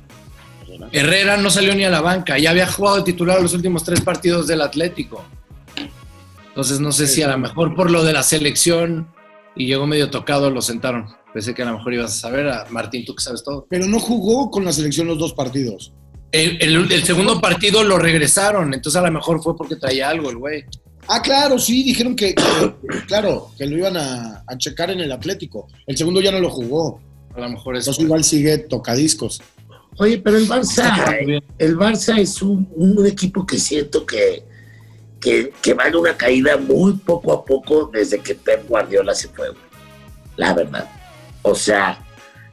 Herrera no salió ni a la banca, ya había jugado de titular los últimos tres partidos del Atlético. Entonces no sé si a lo mejor por lo de la selección y llegó medio tocado, lo sentaron. Pensé que a lo mejor ibas a saber, a Martín, tú que sabes todo. Pero no jugó con la selección los dos partidos. El, el- el segundo partido lo regresaron, entonces a lo mejor fue porque traía algo el güey. Ah, claro, sí, dijeron que, que- claro, que lo iban a, a checar en el Atlético. El segundo ya no lo jugó. A lo mejor eso. Entonces igual sigue tocadiscos. Oye, pero el Barça, Muy bien. el Barça es un, un equipo que siento que, que, que va en una caída muy poco a poco desde que Pep Guardiola se fue, güey. La verdad. O sea,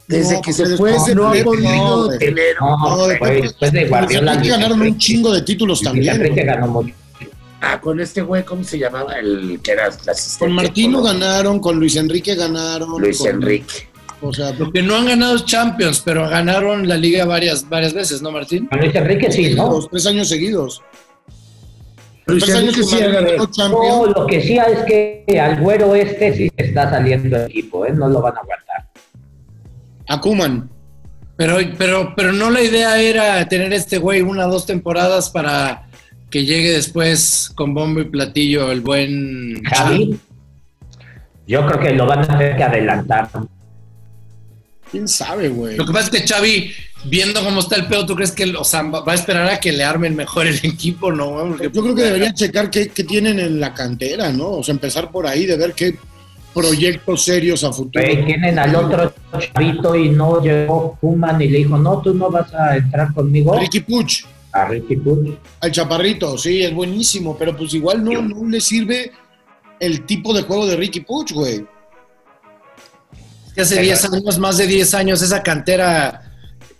desde No, porque que se fue, después de no ha Pep, no, podido güey. tener. No, No, güey, después de Guardiola. Porque Luis ganaron un Enrique- chingo de títulos Luis también. Enrique güey. ganó mucho. Ah, con este güey, ¿cómo se llamaba? El que era el asistente. Con Martino con ganaron, con Luis Enrique ganaron. Luis con- Enrique. O sea, Lo que no han ganado es Champions, pero ganaron la liga varias, varias veces, ¿no, Martín? Con Luis Enrique sí, ¿no? los tres años seguidos. Luis tres años Enrique que sí ha Madrid ganado. ganó No, Champions. lo que sí es que al güero este sí se está saliendo el equipo, ¿eh? No lo van a aguantar. A Koeman. Pero, pero, pero no la idea era tener este güey una o dos temporadas para que llegue después con bombo y platillo el buen Javi, yo creo que lo van a tener que adelantar. ¿Quién sabe, güey? Lo que pasa es que Xavi, viendo cómo está el pedo, ¿tú crees que o sea, va va a esperar a que le armen mejor el equipo? No, güey? Porque- Yo creo que deberían checar qué, qué tienen en la cantera, ¿no? O sea, empezar por ahí, de ver qué proyectos serios a futuro. Güey, tienen al otro chavito y no llegó Kuman y le dijo, no, tú no vas a entrar Oh. conmigo. Ricky Puch, A Ricky Puig. al Chaparrito, sí, es buenísimo, pero pues igual no, no le sirve el tipo de juego de Ricky Puch, güey. que hace 10 años, más de 10 años, esa cantera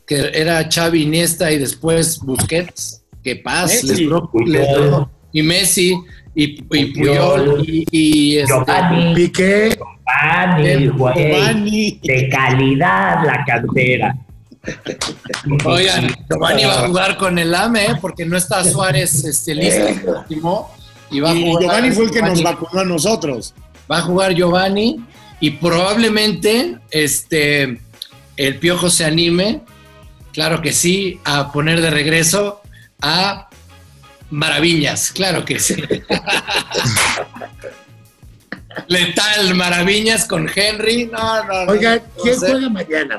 que era Xavi, Iniesta y después Busquets, que paz, Messi. les duró- Puyol. les duró. y Messi, y, y Puyol, Puyol. y, y, este, Giovanni, Piqué, Giovanni, güey, Giovanni. de calidad la cantera. Oigan, Giovanni va a jugar con el AME, ¿eh? porque no está Suárez este, listo, Eh. lastimó, y va a Y jugar. Giovanni fue el que nos Giovanni. vacunó a nosotros. Va a jugar Giovanni y probablemente este, el Piojo se anime, claro que sí, a poner de regreso a Maraviñas, claro que sí. Letal, Maraviñas con Henry. No, no, no. oigan, ¿quién No sé. juega mañana?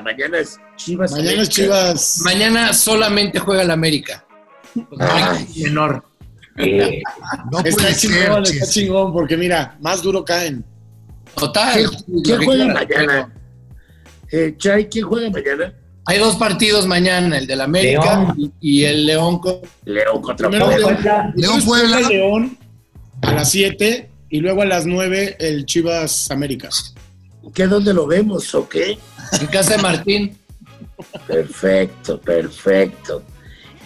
Mañana, mañana es Chivas. Mañana es América. Chivas. Mañana solamente juega el América. Pues, Ay. Menor. Eh, No puede Está ser. chingón, está chis. chingón, porque mira, más duro caen. Total. ¿Quién Lo que juega quieras. Mañana, Eh, Chay, ¿quién juega mañana? mañana, Hay dos partidos mañana, el del América y y el León con León contra Primero Puebla. Puebla, León Entonces, Puebla. juega León a las 7 y luego a las 9 el Chivas América. ¿Qué dónde lo vemos? ¿O qué? en casa de Martín. Perfecto, perfecto.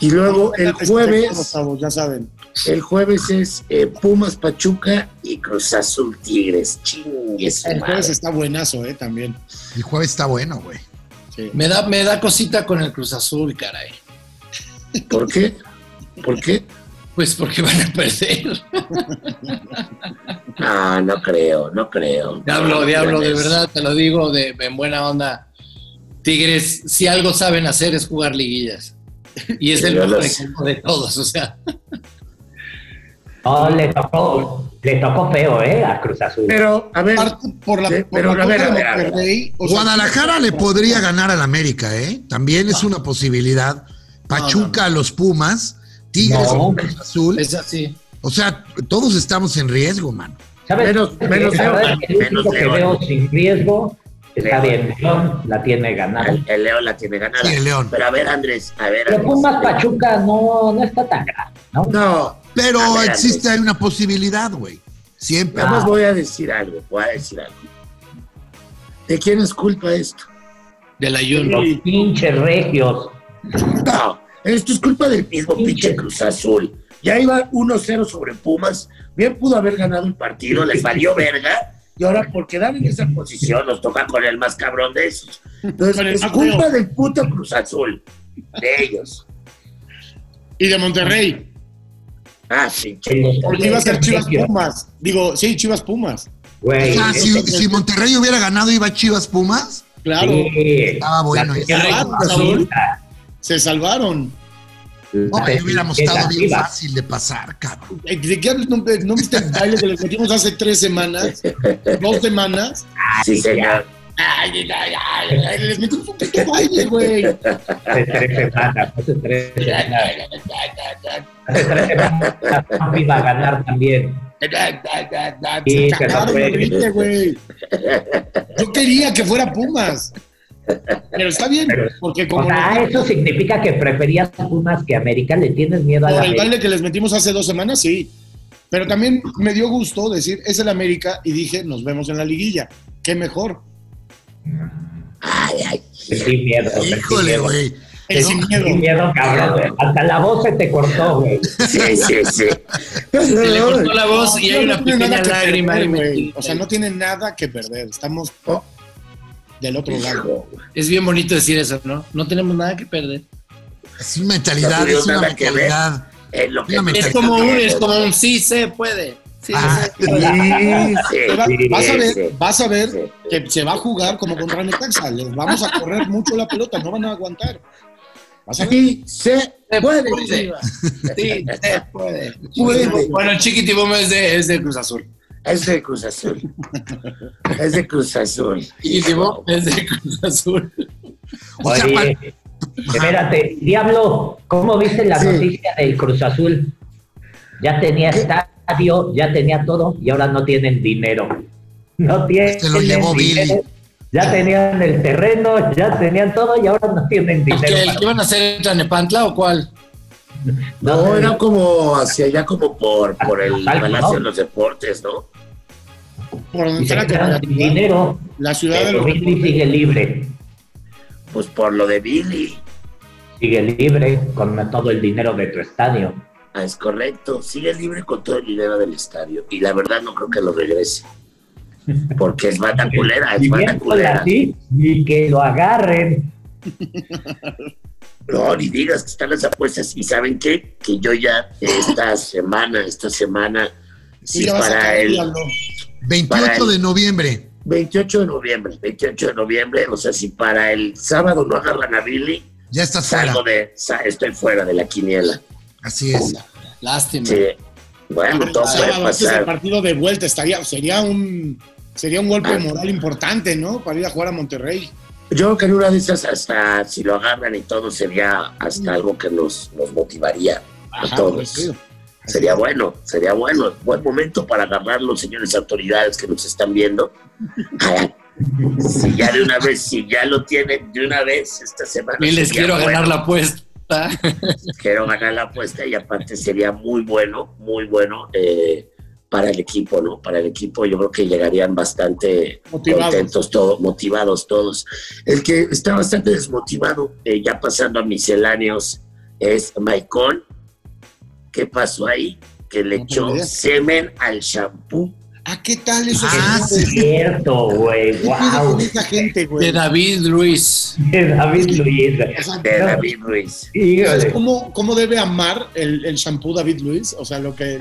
Y luego el jueves, Chavos, Ya saben. el jueves es eh, Pumas Pachuca. Y Cruz Azul Tigres, chingue su El jueves madre. está buenazo, ¿eh? También. El jueves está bueno, güey. Sí. Me da, me da cosita con el Cruz Azul, caray. ¿Por qué? ¿Por qué? Pues porque van a perder. Ah, no creo, no creo. Diablo, No, diablo, de mames. verdad, te lo digo de, en buena onda. Tigres, si algo saben hacer es jugar liguillas. Y es el Yo mejor los- equipo de todos, o sea. No, le tocó, le tocó feo, ¿eh? A Cruz Azul. Pero, a ver, Aparte, por la, Sí, por pero la a ver, Copa a ver, a ver. Monterrey, o sea, Guadalajara le podría ganar al América, ¿eh? También Ah. es una posibilidad. Pachuca a los Pumas, Tigres No. a Cruz Azul. Es así. O sea, todos estamos en riesgo, mano. ¿Sabes? Menos- ¿Sabes menos qué? León, ¿Sabes? El menos único que León. veo sin riesgo está León. bien. León la tiene ganada. El, el León la tiene ganada. Sí, el León. Pero a ver, Andrés, a ver. Pero Andrés. Pumas Pachuca no, no está tan grave, ¿no? no, Pero A ver, existe hay una posibilidad, güey. Siempre. Ah, nada más voy a decir Decir algo, voy a decir algo. ¿De quién es culpa esto? Del ayuno. Los pinches regios. No, Esto es culpa del mismo pinche Cruz Azul. Ya iba 1-0 1-0 sobre sobre Pumas, Bien pudo haber ganado el partido. partido, les valió verga. Y ahora por quedar en esa posición. Posición, nos toca con el más cabrón de esos. Entonces, Pero es no culpa creo. del puto Cruz. Cruz Azul, de ellos. y de Monterrey, Ah, sí, porque iba a ser Chivas Pumas. Digo, sí, Chivas Pumas. O Güey. sea, si, si Monterrey hubiera ganado, iba Chivas Pumas. Claro, sí. Estaba bueno. La ya estaba Monterrey, bueno. Azul. La- se salvaron. Ah, No, ahí hubiéramos la- estado bien Chivas. fácil de pasar, cabrón. Eh, ¿De qué hablas? ¿No, no viste el baile que les metimos hace tres semanas? ¿Dos semanas? sí, señor. Ay, ay, ay, ay, les metimos un puto baile, güey. Hace tres semanas, hace tres semanas. Hace tres semanas. Trump iba a ganar también. Sí, Se pero cagaron fue- horrible, güey. Yo quería que fuera Pumas. Pero está bien, Pero- porque O como sea, ah, nos- eso significa que preferías Pumas que América. Le tienes miedo a la por el América. baile que les metimos hace dos semanas, sí. Pero también me dio gusto decir, es el América, y dije, nos vemos en la liguilla. Qué mejor. Ay, ay. Sí, miedo. sí, Híjole, miedo. güey. El sin miedo. Sí, miedo, cabrón. güey. Hasta la voz se te cortó, güey. Sí, sí, sí. Se le cortó la voz y hay No, una no tiene nada pequeña que lágrima. perder, ahí güey. metida. O sea, no tiene nada que perder. Estamos oh, del otro lado. Hijo, Es bien bonito decir eso, ¿no? No tenemos nada que perder. Es una mentalidad, No es una nada que ver. mentalidad. es lo que Una Es como un, es como un sí se puede. Sí, Ah, se puede. Sí, Te va- Vas a sí, ver, vas a ver sí. que se va a jugar como contra Necaxa. Les vamos a correr mucho la pelota, no van a aguantar. Vas a ver. Sí, se Se puede. puede. Sí, se puede. Puede. Bueno, el Chiquitibum es de, es de Cruz Azul. Es de Cruz Azul. Es de Cruz Azul. Chiquitibum es de Cruz Azul. O sea, Oye, espérate, Diablo, ¿cómo viste la Sí. noticia del Cruz Azul? Ya tenía estadio, ya tenía todo y ahora no tienen dinero. No tienen Se lo llevó dinero. Billy. Ya tenían el terreno, ya tenían todo y ahora no tienen dinero. ¿Que ¿El que iban a hacer en Tlanepantla o cuál? No, No, era como hacia allá, como por, por el Palacio de los Deportes, ¿no? Por donde y se está la quedaron sin cooperativa, dinero. la ciudad de Pero los Billy sigue libre. Pues por lo de Billy. Sigue libre con todo el dinero de tu estadio. Ah, es correcto. Sigue libre con todo el dinero del estadio. Y la verdad no creo que lo regrese. Porque es banda culera, Ah, es Y banda bien con culera. así, ni que lo agarren. No, ni digas que están las apuestas. ¿Y saben qué? Que yo ya esta semana, esta semana, Tú sí, ya vas a para caer, él. diablo. 28 de noviembre. 28 de noviembre, 28 de noviembre, o sea, si para el sábado no agarran a Billy, Ya estás fuera. salgo de, sa- estoy fuera de la quiniela. Así es. Lástima. Sí. Bueno, todo Sábado, puede antes del pasar. partido de vuelta estaría, sería un sería un golpe moral importante, ¿no? Para ir a jugar a Monterrey. Yo creo que en una de esas, hasta si lo agarran y todo, sería hasta algo que nos, nos motivaría Ajá, a pues todos. coincido. Sería bueno, sería bueno. Buen momento para agarrarlo, señores autoridades que nos están viendo. si ya de una vez, si ya lo tienen de una vez esta semana. Y les sería quiero bueno. ganar la apuesta. quiero ganar la apuesta y aparte sería muy bueno, muy bueno eh, para el equipo, ¿no? Para el equipo yo creo que llegarían bastante Motivados. contentos todos, motivados todos. El que está bastante desmotivado, eh, ya pasando a misceláneos, es Maicon. ¿Qué pasó ahí? Que le No tengo echó idea. semen al shampoo. Ah, ¿qué tal eso? Ah, sí. Cierto, güey, ¿Qué pedo wow. con esa gente, De güey? David Luis. David Luis. O sea, De David Ruiz. Híjole. ¿Sabes cómo, cómo debe amar el, el shampoo David Luis? O sea, lo que.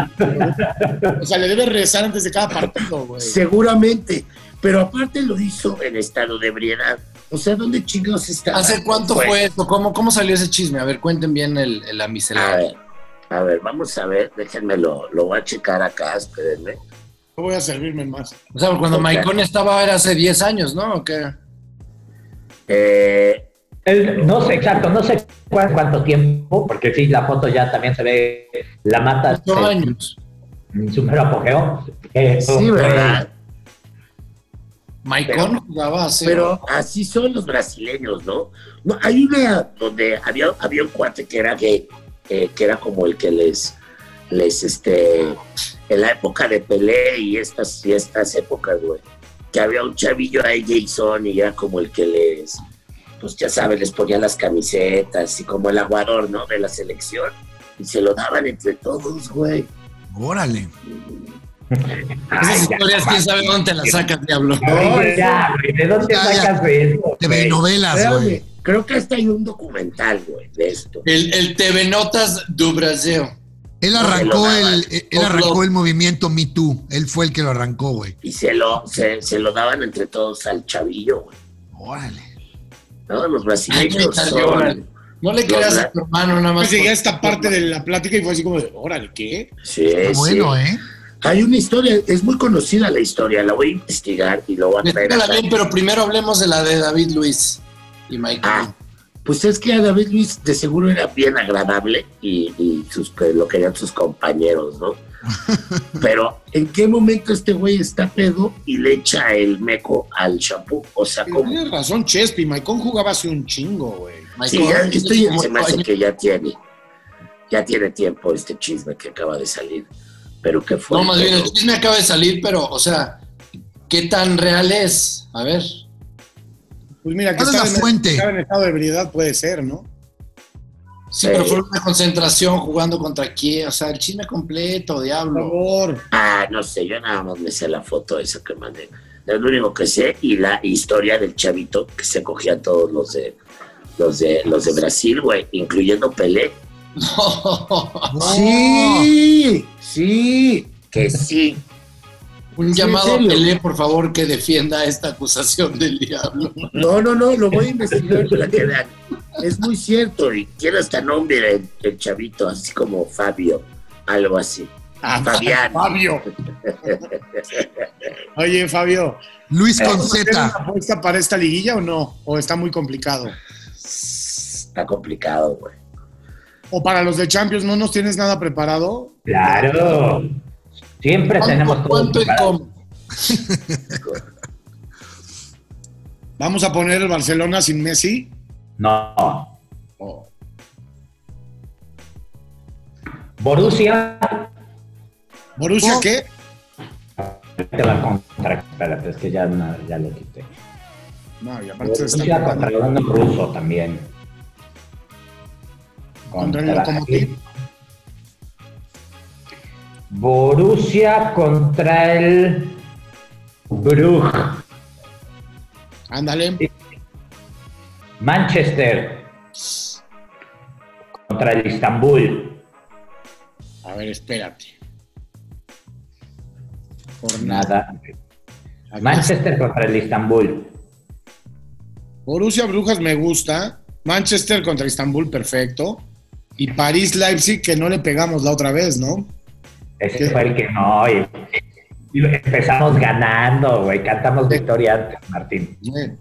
o sea, le debe rezar antes de cada partido, güey. Seguramente, pero aparte lo hizo en estado de ebriedad. O sea, ¿dónde chingados está? Pues, ¿Hace cuánto fue eso? ¿Cómo, ¿Cómo salió ese chisme? A ver, cuenten bien el, el- la A miscelánea. ver, A ver, vamos a ver, déjenmelo, lo voy a checar acá, espérenme. No voy a servirme más. O sea, cuando Ok. Maicon estaba era hace 10 años, ¿no? ¿O qué? Eh, El- no sé exacto, no sé cuán- cuánto tiempo, porque sí, la foto ya también se ve la Ah, mata Ocho en- años. en su mero apogeo. Eh, sí, eh, ¿verdad? Maicon Pero- jugaba hace. Pero así son los brasileños, ¿no? No, hay una donde había, había un cuate que era gay, eh, que era como el que les, les, este, en la época de Pelé y estas, y estas épocas, güey, que había un chavillo ahí, Jason, y era como el que les, pues ya sabes, les ponía las camisetas y como el aguador, ¿no? De la selección, y se lo daban entre todos, güey. Órale. ay, Esas ya, historias, quién sabe dónde te las sacas, diablo. no, eso- ya, güey, ¿de dónde Ya, ya. sacas eso? TV novelas, Espérame, Ah, güey. Creo que hasta hay un documental, güey, de esto. El, el TV Notas du Brasil. Él No, arrancó no, el, eh, él arrancó el movimiento Me Too. Él fue el que lo arrancó, güey. Y se lo, se, se lo daban entre todos al chavillo, güey. Órale. ¿no? Ay, Los me brasileños salió, órale. son... No le No, creas ¿verdad? a tu hermano nada más. Pues llegué a por- esta parte de la plática y fue así como de, órale, ¿qué? Sí, Está bueno, sí. ¿eh? Hay una historia, es muy conocida la historia, la voy a investigar y lo voy a traer. Espérala acá. bien, pero primero hablemos de la de David Luis y Maicon. Ah, pues es que a David Luis de seguro era bien agradable y, y sus, que lo querían sus compañeros, ¿no? Pero, ¿en qué momento este güey está pedo y le echa el meco al champú? O sea, como... Tienes razón, Chespi. Maicon jugaba hace un chingo, güey. Sí, ya, esto ya se me hace Maicon- que ya tiene, ya tiene tiempo este chisme que acaba de salir. Pero que fue... No, más bien, Pero- el chisme acaba de salir, pero, o sea, ¿qué tan real es? A ver. Pues mira, que ¿Cuál es estaba la en- fuente? estaba en estado de ebriedad puede ser, ¿no? Sí, pero Sí. fue una concentración jugando contra quién. O sea, el chisme completo, Por diablo. favor. Ah, no sé, yo nada más me sé la foto esa que mandé. Es lo único que sé y la historia del chavito que se cogía a todos los de los de los de Brasil, güey, incluyendo Pelé, Sí, sí. que sí. Un Sí, llamado a en serio. Pelé, por favor, que defienda esta acusación del diablo. No, no, no, lo voy a investigar. la que vean. Es muy cierto y tiene hasta nombre el, el chavito, así como Fabio, algo así. Ah, Fabián. Ah, Fabio. Oye, Fabio, Luis ¿vamos a hacer una Conceta. apuesta para esta liguilla o no? ¿O está muy complicado? Está complicado, güey. ¿O para los de Champions no nos tienes nada preparado? Claro. Siempre tenemos ¿Cuánto, todo cuánto y preparado. cómo? ¿Vamos a poner el Barcelona sin Messi? No. ¿O Borussia. ¿Borussia qué? Te va contra. Espérate, es que ya, no- ya lo quité. No, y aparte está Borussia contra uno ruso también. Contra el Lokomotiv. Borussia contra el Brugge. Ándale. Manchester contra el Istambul. A ver, espérate. Por Nada. Aquí. Manchester contra el Istambul. Borussia Brujas me gusta. Manchester contra Istambul, perfecto. Y París Leipzig, que no le pegamos la otra vez, ¿no? Ese ¿Qué? fue el que no. y- y empezamos ganando, güey. Cantamos victoria antes, Martín. Bien.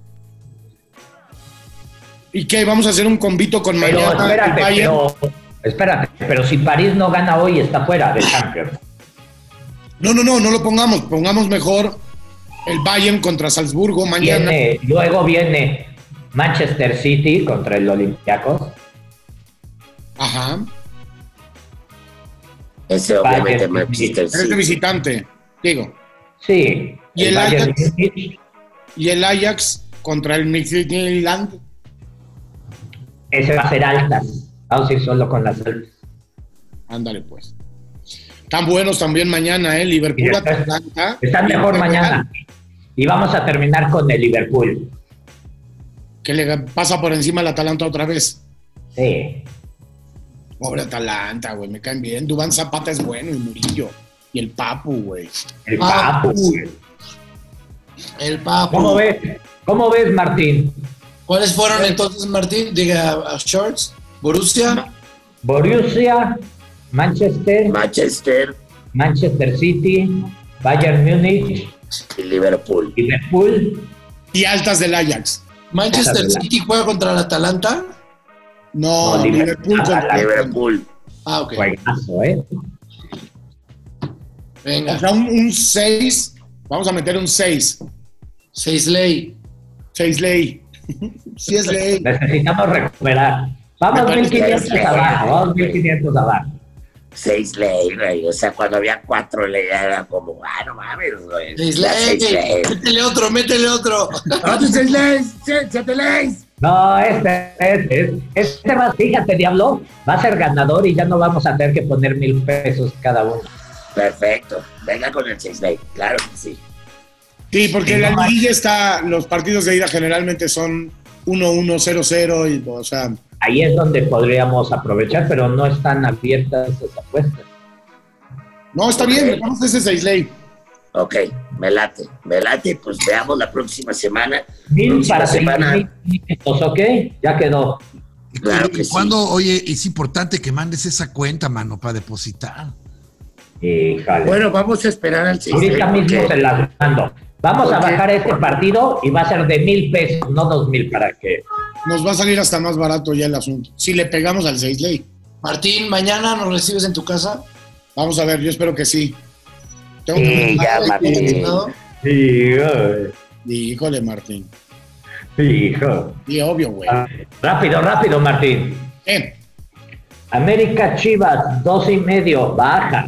¿Y qué? ¿Vamos a hacer un convito con Pero mañana? espérate, y Bayern? pero, espérate, pero si París no gana hoy, está fuera de Champions. No, no, no, no lo pongamos. Pongamos mejor el Bayern contra Salzburgo mañana. Viene- luego viene Manchester City contra el Olympiacos. Ajá. Ese obviamente Bayern. me existe. Eres de Este visitante, digo. Sí. ¿Y el Bayern Ajax? Múnich. Y el Ajax contra el Midtjylland. Ese va a ser altas. Vamos a ir solo con las altas. Ándale, pues. Tan buenos también mañana, ¿eh? Liverpool, Mira, estás- Atlanta. Están mejor mañana. Y vamos a terminar con el Liverpool. Que le pasa por encima al Atalanta otra vez. Sí. Pobre Atalanta, güey, me caen bien. Dubán Zapata es bueno y Murillo. Y el Papu, güey. El Ah, Papu. El Papu. ¿Cómo ves? ¿Cómo ves, Martín? ¿Cuáles fueron entonces, Martín? Diga, a Shorts, Borussia, Borussia, Manchester, Manchester Manchester City, Bayern Múnich, y Liverpool. Liverpool. Y altas del Ajax. Manchester Esa es City juega contra el Atalanta. No, No, Liverpool Liverpool. con- Liverpool. Ah, ok. Juegazo, ¿eh? O Venga. sea, un 6. Vamos a meter un 6. Seis ley. 6 ley. Sí es ley. Necesitamos recuperar. Vamos Me parece 1500 que- abajo, vamos 1500 abajo. Seis ley, güey. O sea, cuando había cuatro ley era como, ah, no mames, güey. Seis Ya ley. seis ley. Métele otro, métele otro. ¡Ah, tú seis leyes! ¡Se se te leyes! No, este, este, este va, fíjate, Diablo, va a ser ganador y ya no vamos a tener que poner mil pesos cada uno. Perfecto. Venga con el seis ley. Claro que sí. Sí, porque la liguilla está. Los partidos de ida generalmente son 1-1, 0-0. Y, o sea, Ahí es donde podríamos aprovechar, pero no están abiertas esas apuestas. no, está Ok. bien. Vamos a ese 6 ley. Ok, me late. Me late. Pues veamos la próxima semana. Mil Próxima para semana. 1500, ¿ok? Ya quedó. Claro que ¿Y sí. cuándo, oye, es importante que mandes esa cuenta, mano, para depositar? Híjale. Bueno, vamos a esperar al 6 Ahorita ¿por mismo qué? se las mando. Vamos a ¿Por qué? bajar este partido y va a ser de mil pesos, no dos mil, para que. Nos va a salir hasta más barato ya el asunto. Si le pegamos al 6 ley. Martín, mañana nos recibes en tu casa. Vamos a ver, yo espero que sí. Tengo que- Sí, ya, Ah, Martín. ¿no? Híjole, Martín. hijo. Y obvio, güey. Ah, Rápido, rápido, Martín. Eh, América Chivas, dos y medio, baja.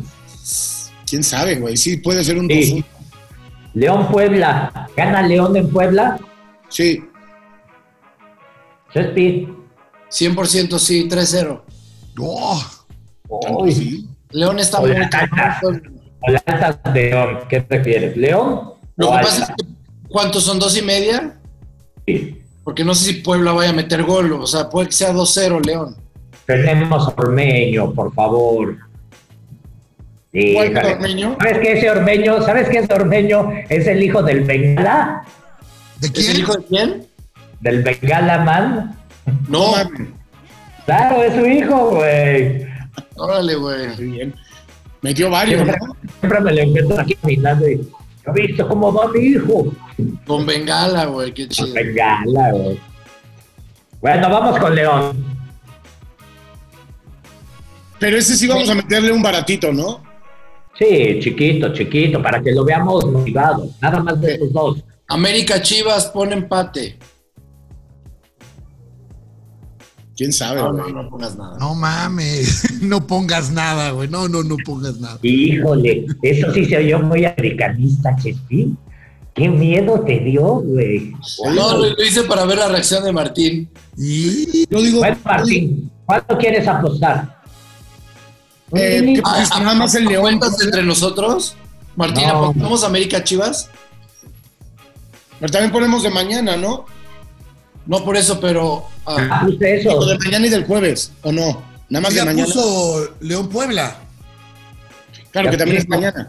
¿Quién sabe, güey? Sí, puede ser un Sí. 2 León Puebla, gana León en Puebla. Sí. Chespi. 100% sí, 3-0. ¡Oh! Tanto Uy, sí. León está muy Hola, Tata. o la alta de León, ¿qué prefieres? ¿León? Lo o que alta? pasa es que, ¿cuántos son? ¿Dos y media? Sí. Porque no sé si Puebla vaya a meter gol. O sea, puede que sea 2-0, León. Tenemos Ormeño, por favor. Sí, ¿Cuál híjole. Ormeño? ¿Sabes qué ese Ormeño? ¿Sabes qué ese Ormeño? Es el hijo del Bengala, ¿De ¿Es el quién? hijo de quién? del Bengala Man. No. mames. Claro, es su hijo, güey. Órale, güey. Muy bien. Metió varios, Siempre, ¿no? siempre me lo encuentro aquí caminando y ¿has visto cómo va mi hijo? Con Bengala, güey. Qué chido. Bengala, güey. Bueno, vamos con León. Pero ese sí vamos a meterle un baratito, ¿no? Sí, chiquito, chiquito, para que lo veamos motivado. Nada más de esos dos. América Chivas pone empate. ¿Quién sabe, No, güey? no, no pongas nada. No mames, no pongas nada, güey. No, no, no pongas nada. Híjole, eso sí se oyó muy americanista, Chespín. Qué miedo te dio, güey. No, lo, lo hice para ver la reacción de Martín. Y Yo digo, Bueno, Martín, ¿cuánto quieres apostar? Eh, ¿qué Pues nada más el León. ¿Cuentas Ah, entre nosotros? Martín, No. ¿apostamos América Chivas? pero también ponemos de mañana, ¿no? No por eso, pero... ah, Ah, puse eso. O de mañana y del jueves, ¿o no? Nada más de ya mañana. puso León Puebla. Claro, que Ya también es puso. mañana.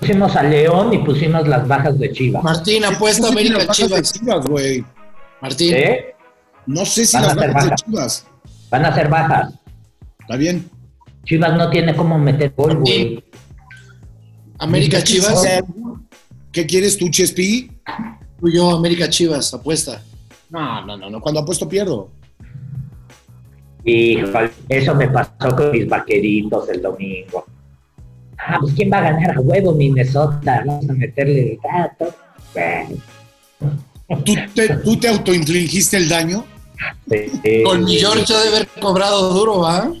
Pusimos a León y pusimos las bajas de Chivas. Martín, apuesta No sé si las bajas América de Chivas. Chivas, güey. Martín, ¿Eh? No sé si Van a las ser bajas de bajas. Chivas. Van a ser bajas. Está bien. Chivas no tiene cómo meter gol, güey. América O Chivas. sea, ¿Qué quieres tú, Chespi? Tú y yo, América Chivas, apuesta. No, no, no, no. Cuando apuesto pierdo. Híjole, eso me pasó con mis vaqueritos el domingo. Ah, pues ¿quién va a ganar a huevo Minnesota? Vamos a meterle el gato. Bueno, ¿Tú te, tú te autoinfligiste el daño? sí. Con mi George ha de haber cobrado duro, ¿va?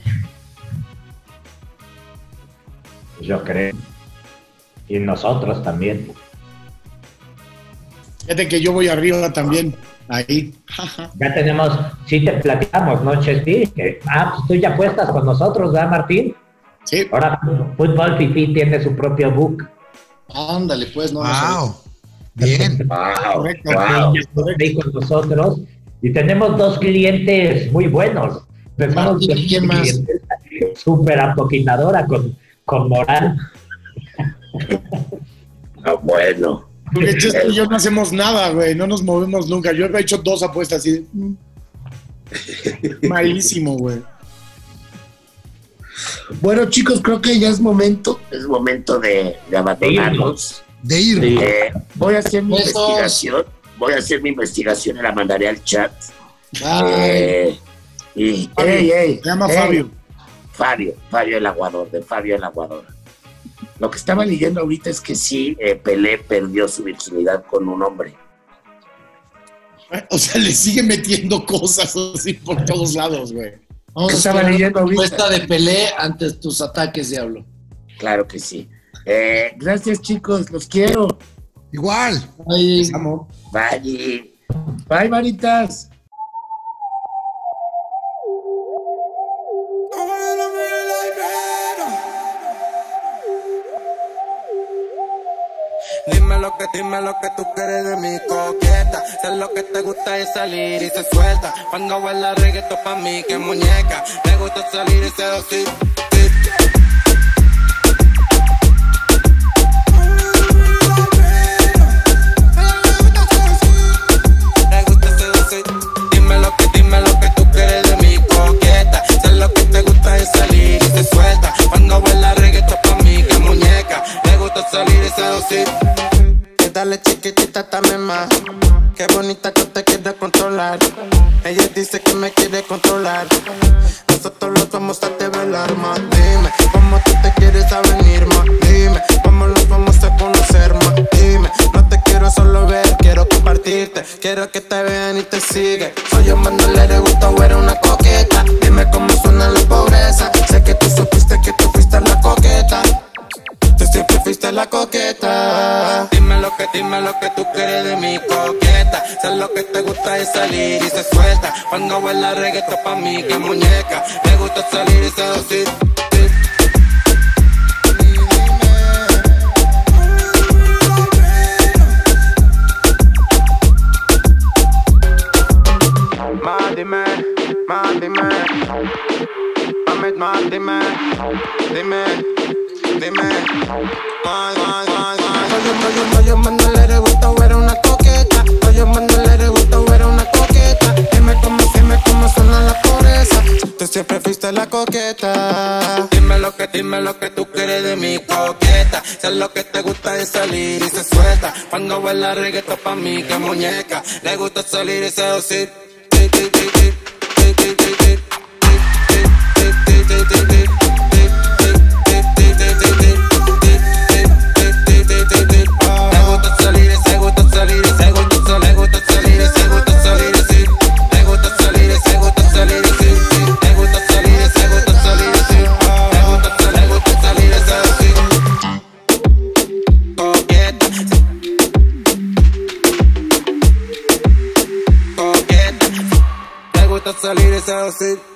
Yo creo. Y nosotros también. Fíjate que yo voy arriba también. Ahí. Ya tenemos, sí te platicamos, ¿no, Chespi? Que, Ah, pues tú ya apuestas con nosotros, ¿verdad, Martín? Sí. Ahora Fútbol Fifi tiene su propio book. Ándale, pues, no. no sé. Wow. Bien. Wow, Correcto. wow. Sí, ya está ahí con nosotros. Y tenemos dos clientes muy buenos. Empezamos Martín, con Ah, ¿quién un más? cliente Súper apoquinadora con, con Morán. Ah, bueno. Porque Chespi y yo no hacemos nada, güey. No nos movemos nunca. Yo he hecho dos apuestas mm, así. Malísimo, güey. Bueno, chicos, creo que ya es momento. Es momento de, de abandonarnos. De ir. Sí. Eh, voy a hacer mi Besos. investigación. Voy a hacer mi investigación y la mandaré al chat. Ay, Eh, y, Fabio, ey, ey, se llama ey, Fabio. Fabio, Fabio el aguador, de Fabio el aguador. Lo que estaba leyendo ahorita es que sí, eh, Pelé perdió su virginidad con un hombre. O sea, le sigue metiendo cosas así por todos lados, güey. Vamos a Estaba esperar la leyendo ahorita. respuesta de Pelé ante tus ataques, diablo. Claro que sí. Eh, Gracias, chicos. Los quiero. Igual. Ay, Amo. vale. Bye, varitas. Dime lo que, dime lo que tú quieres de mi coqueta. Sé lo que te gusta es salir y se suelta. Cuando baila reggaeton pa' mí, que muñeca. Me gusta salir y se así. Me gusta seducir. Dime lo que, dime lo que tú quieres de mi coqueta. Sé lo que te gusta es salir y se suelta. Cuando baila reggaeton pa' mí, que muñeca. Me gusta salir y seducir. Que dale chiquitita también más. Qué bonita que te quiere controlar. Ella dice que me quiere controlar. Nosotros los vamos a develar más. Dime cómo tú te quieres a venir más. Dime cómo nos vamos a conocer más. Dime, no te quiero solo ver, quiero compartirte. Quiero que te vean y te sigan. Soy un mandolero, le gusta era una coqueta. Dime cómo suena la pobreza. Sé que tú supiste que tú fuiste la coqueta. Tú siempre fuiste la coqueta. Dime lo que, dime lo que tú quieres de mi coqueta. Sé lo que te gusta es salir y se suelta. Cuando baila reggaeton pa' mí, que muñeca. Me gusta salir y seducir. Más dime, más dime, Mamet, más dime, dime. Dime, más, más, más, más. Oye, oye, oye, mándale de gusto, era una coqueta. Oye, mándale de gusto, era una coqueta. Dime cómo, dime cómo suena la pobreza. Tú siempre fuiste la coqueta. Dime lo que, dime lo que tú quieres de mi coqueta. Sé lo que te gusta es salir y se suelta. Cuando baila reggaeton pa' mí, que muñeca. Le gusta salir y seducir. Ti, ti, ti, ti, ti, ti, ti, ti. Salir esa así.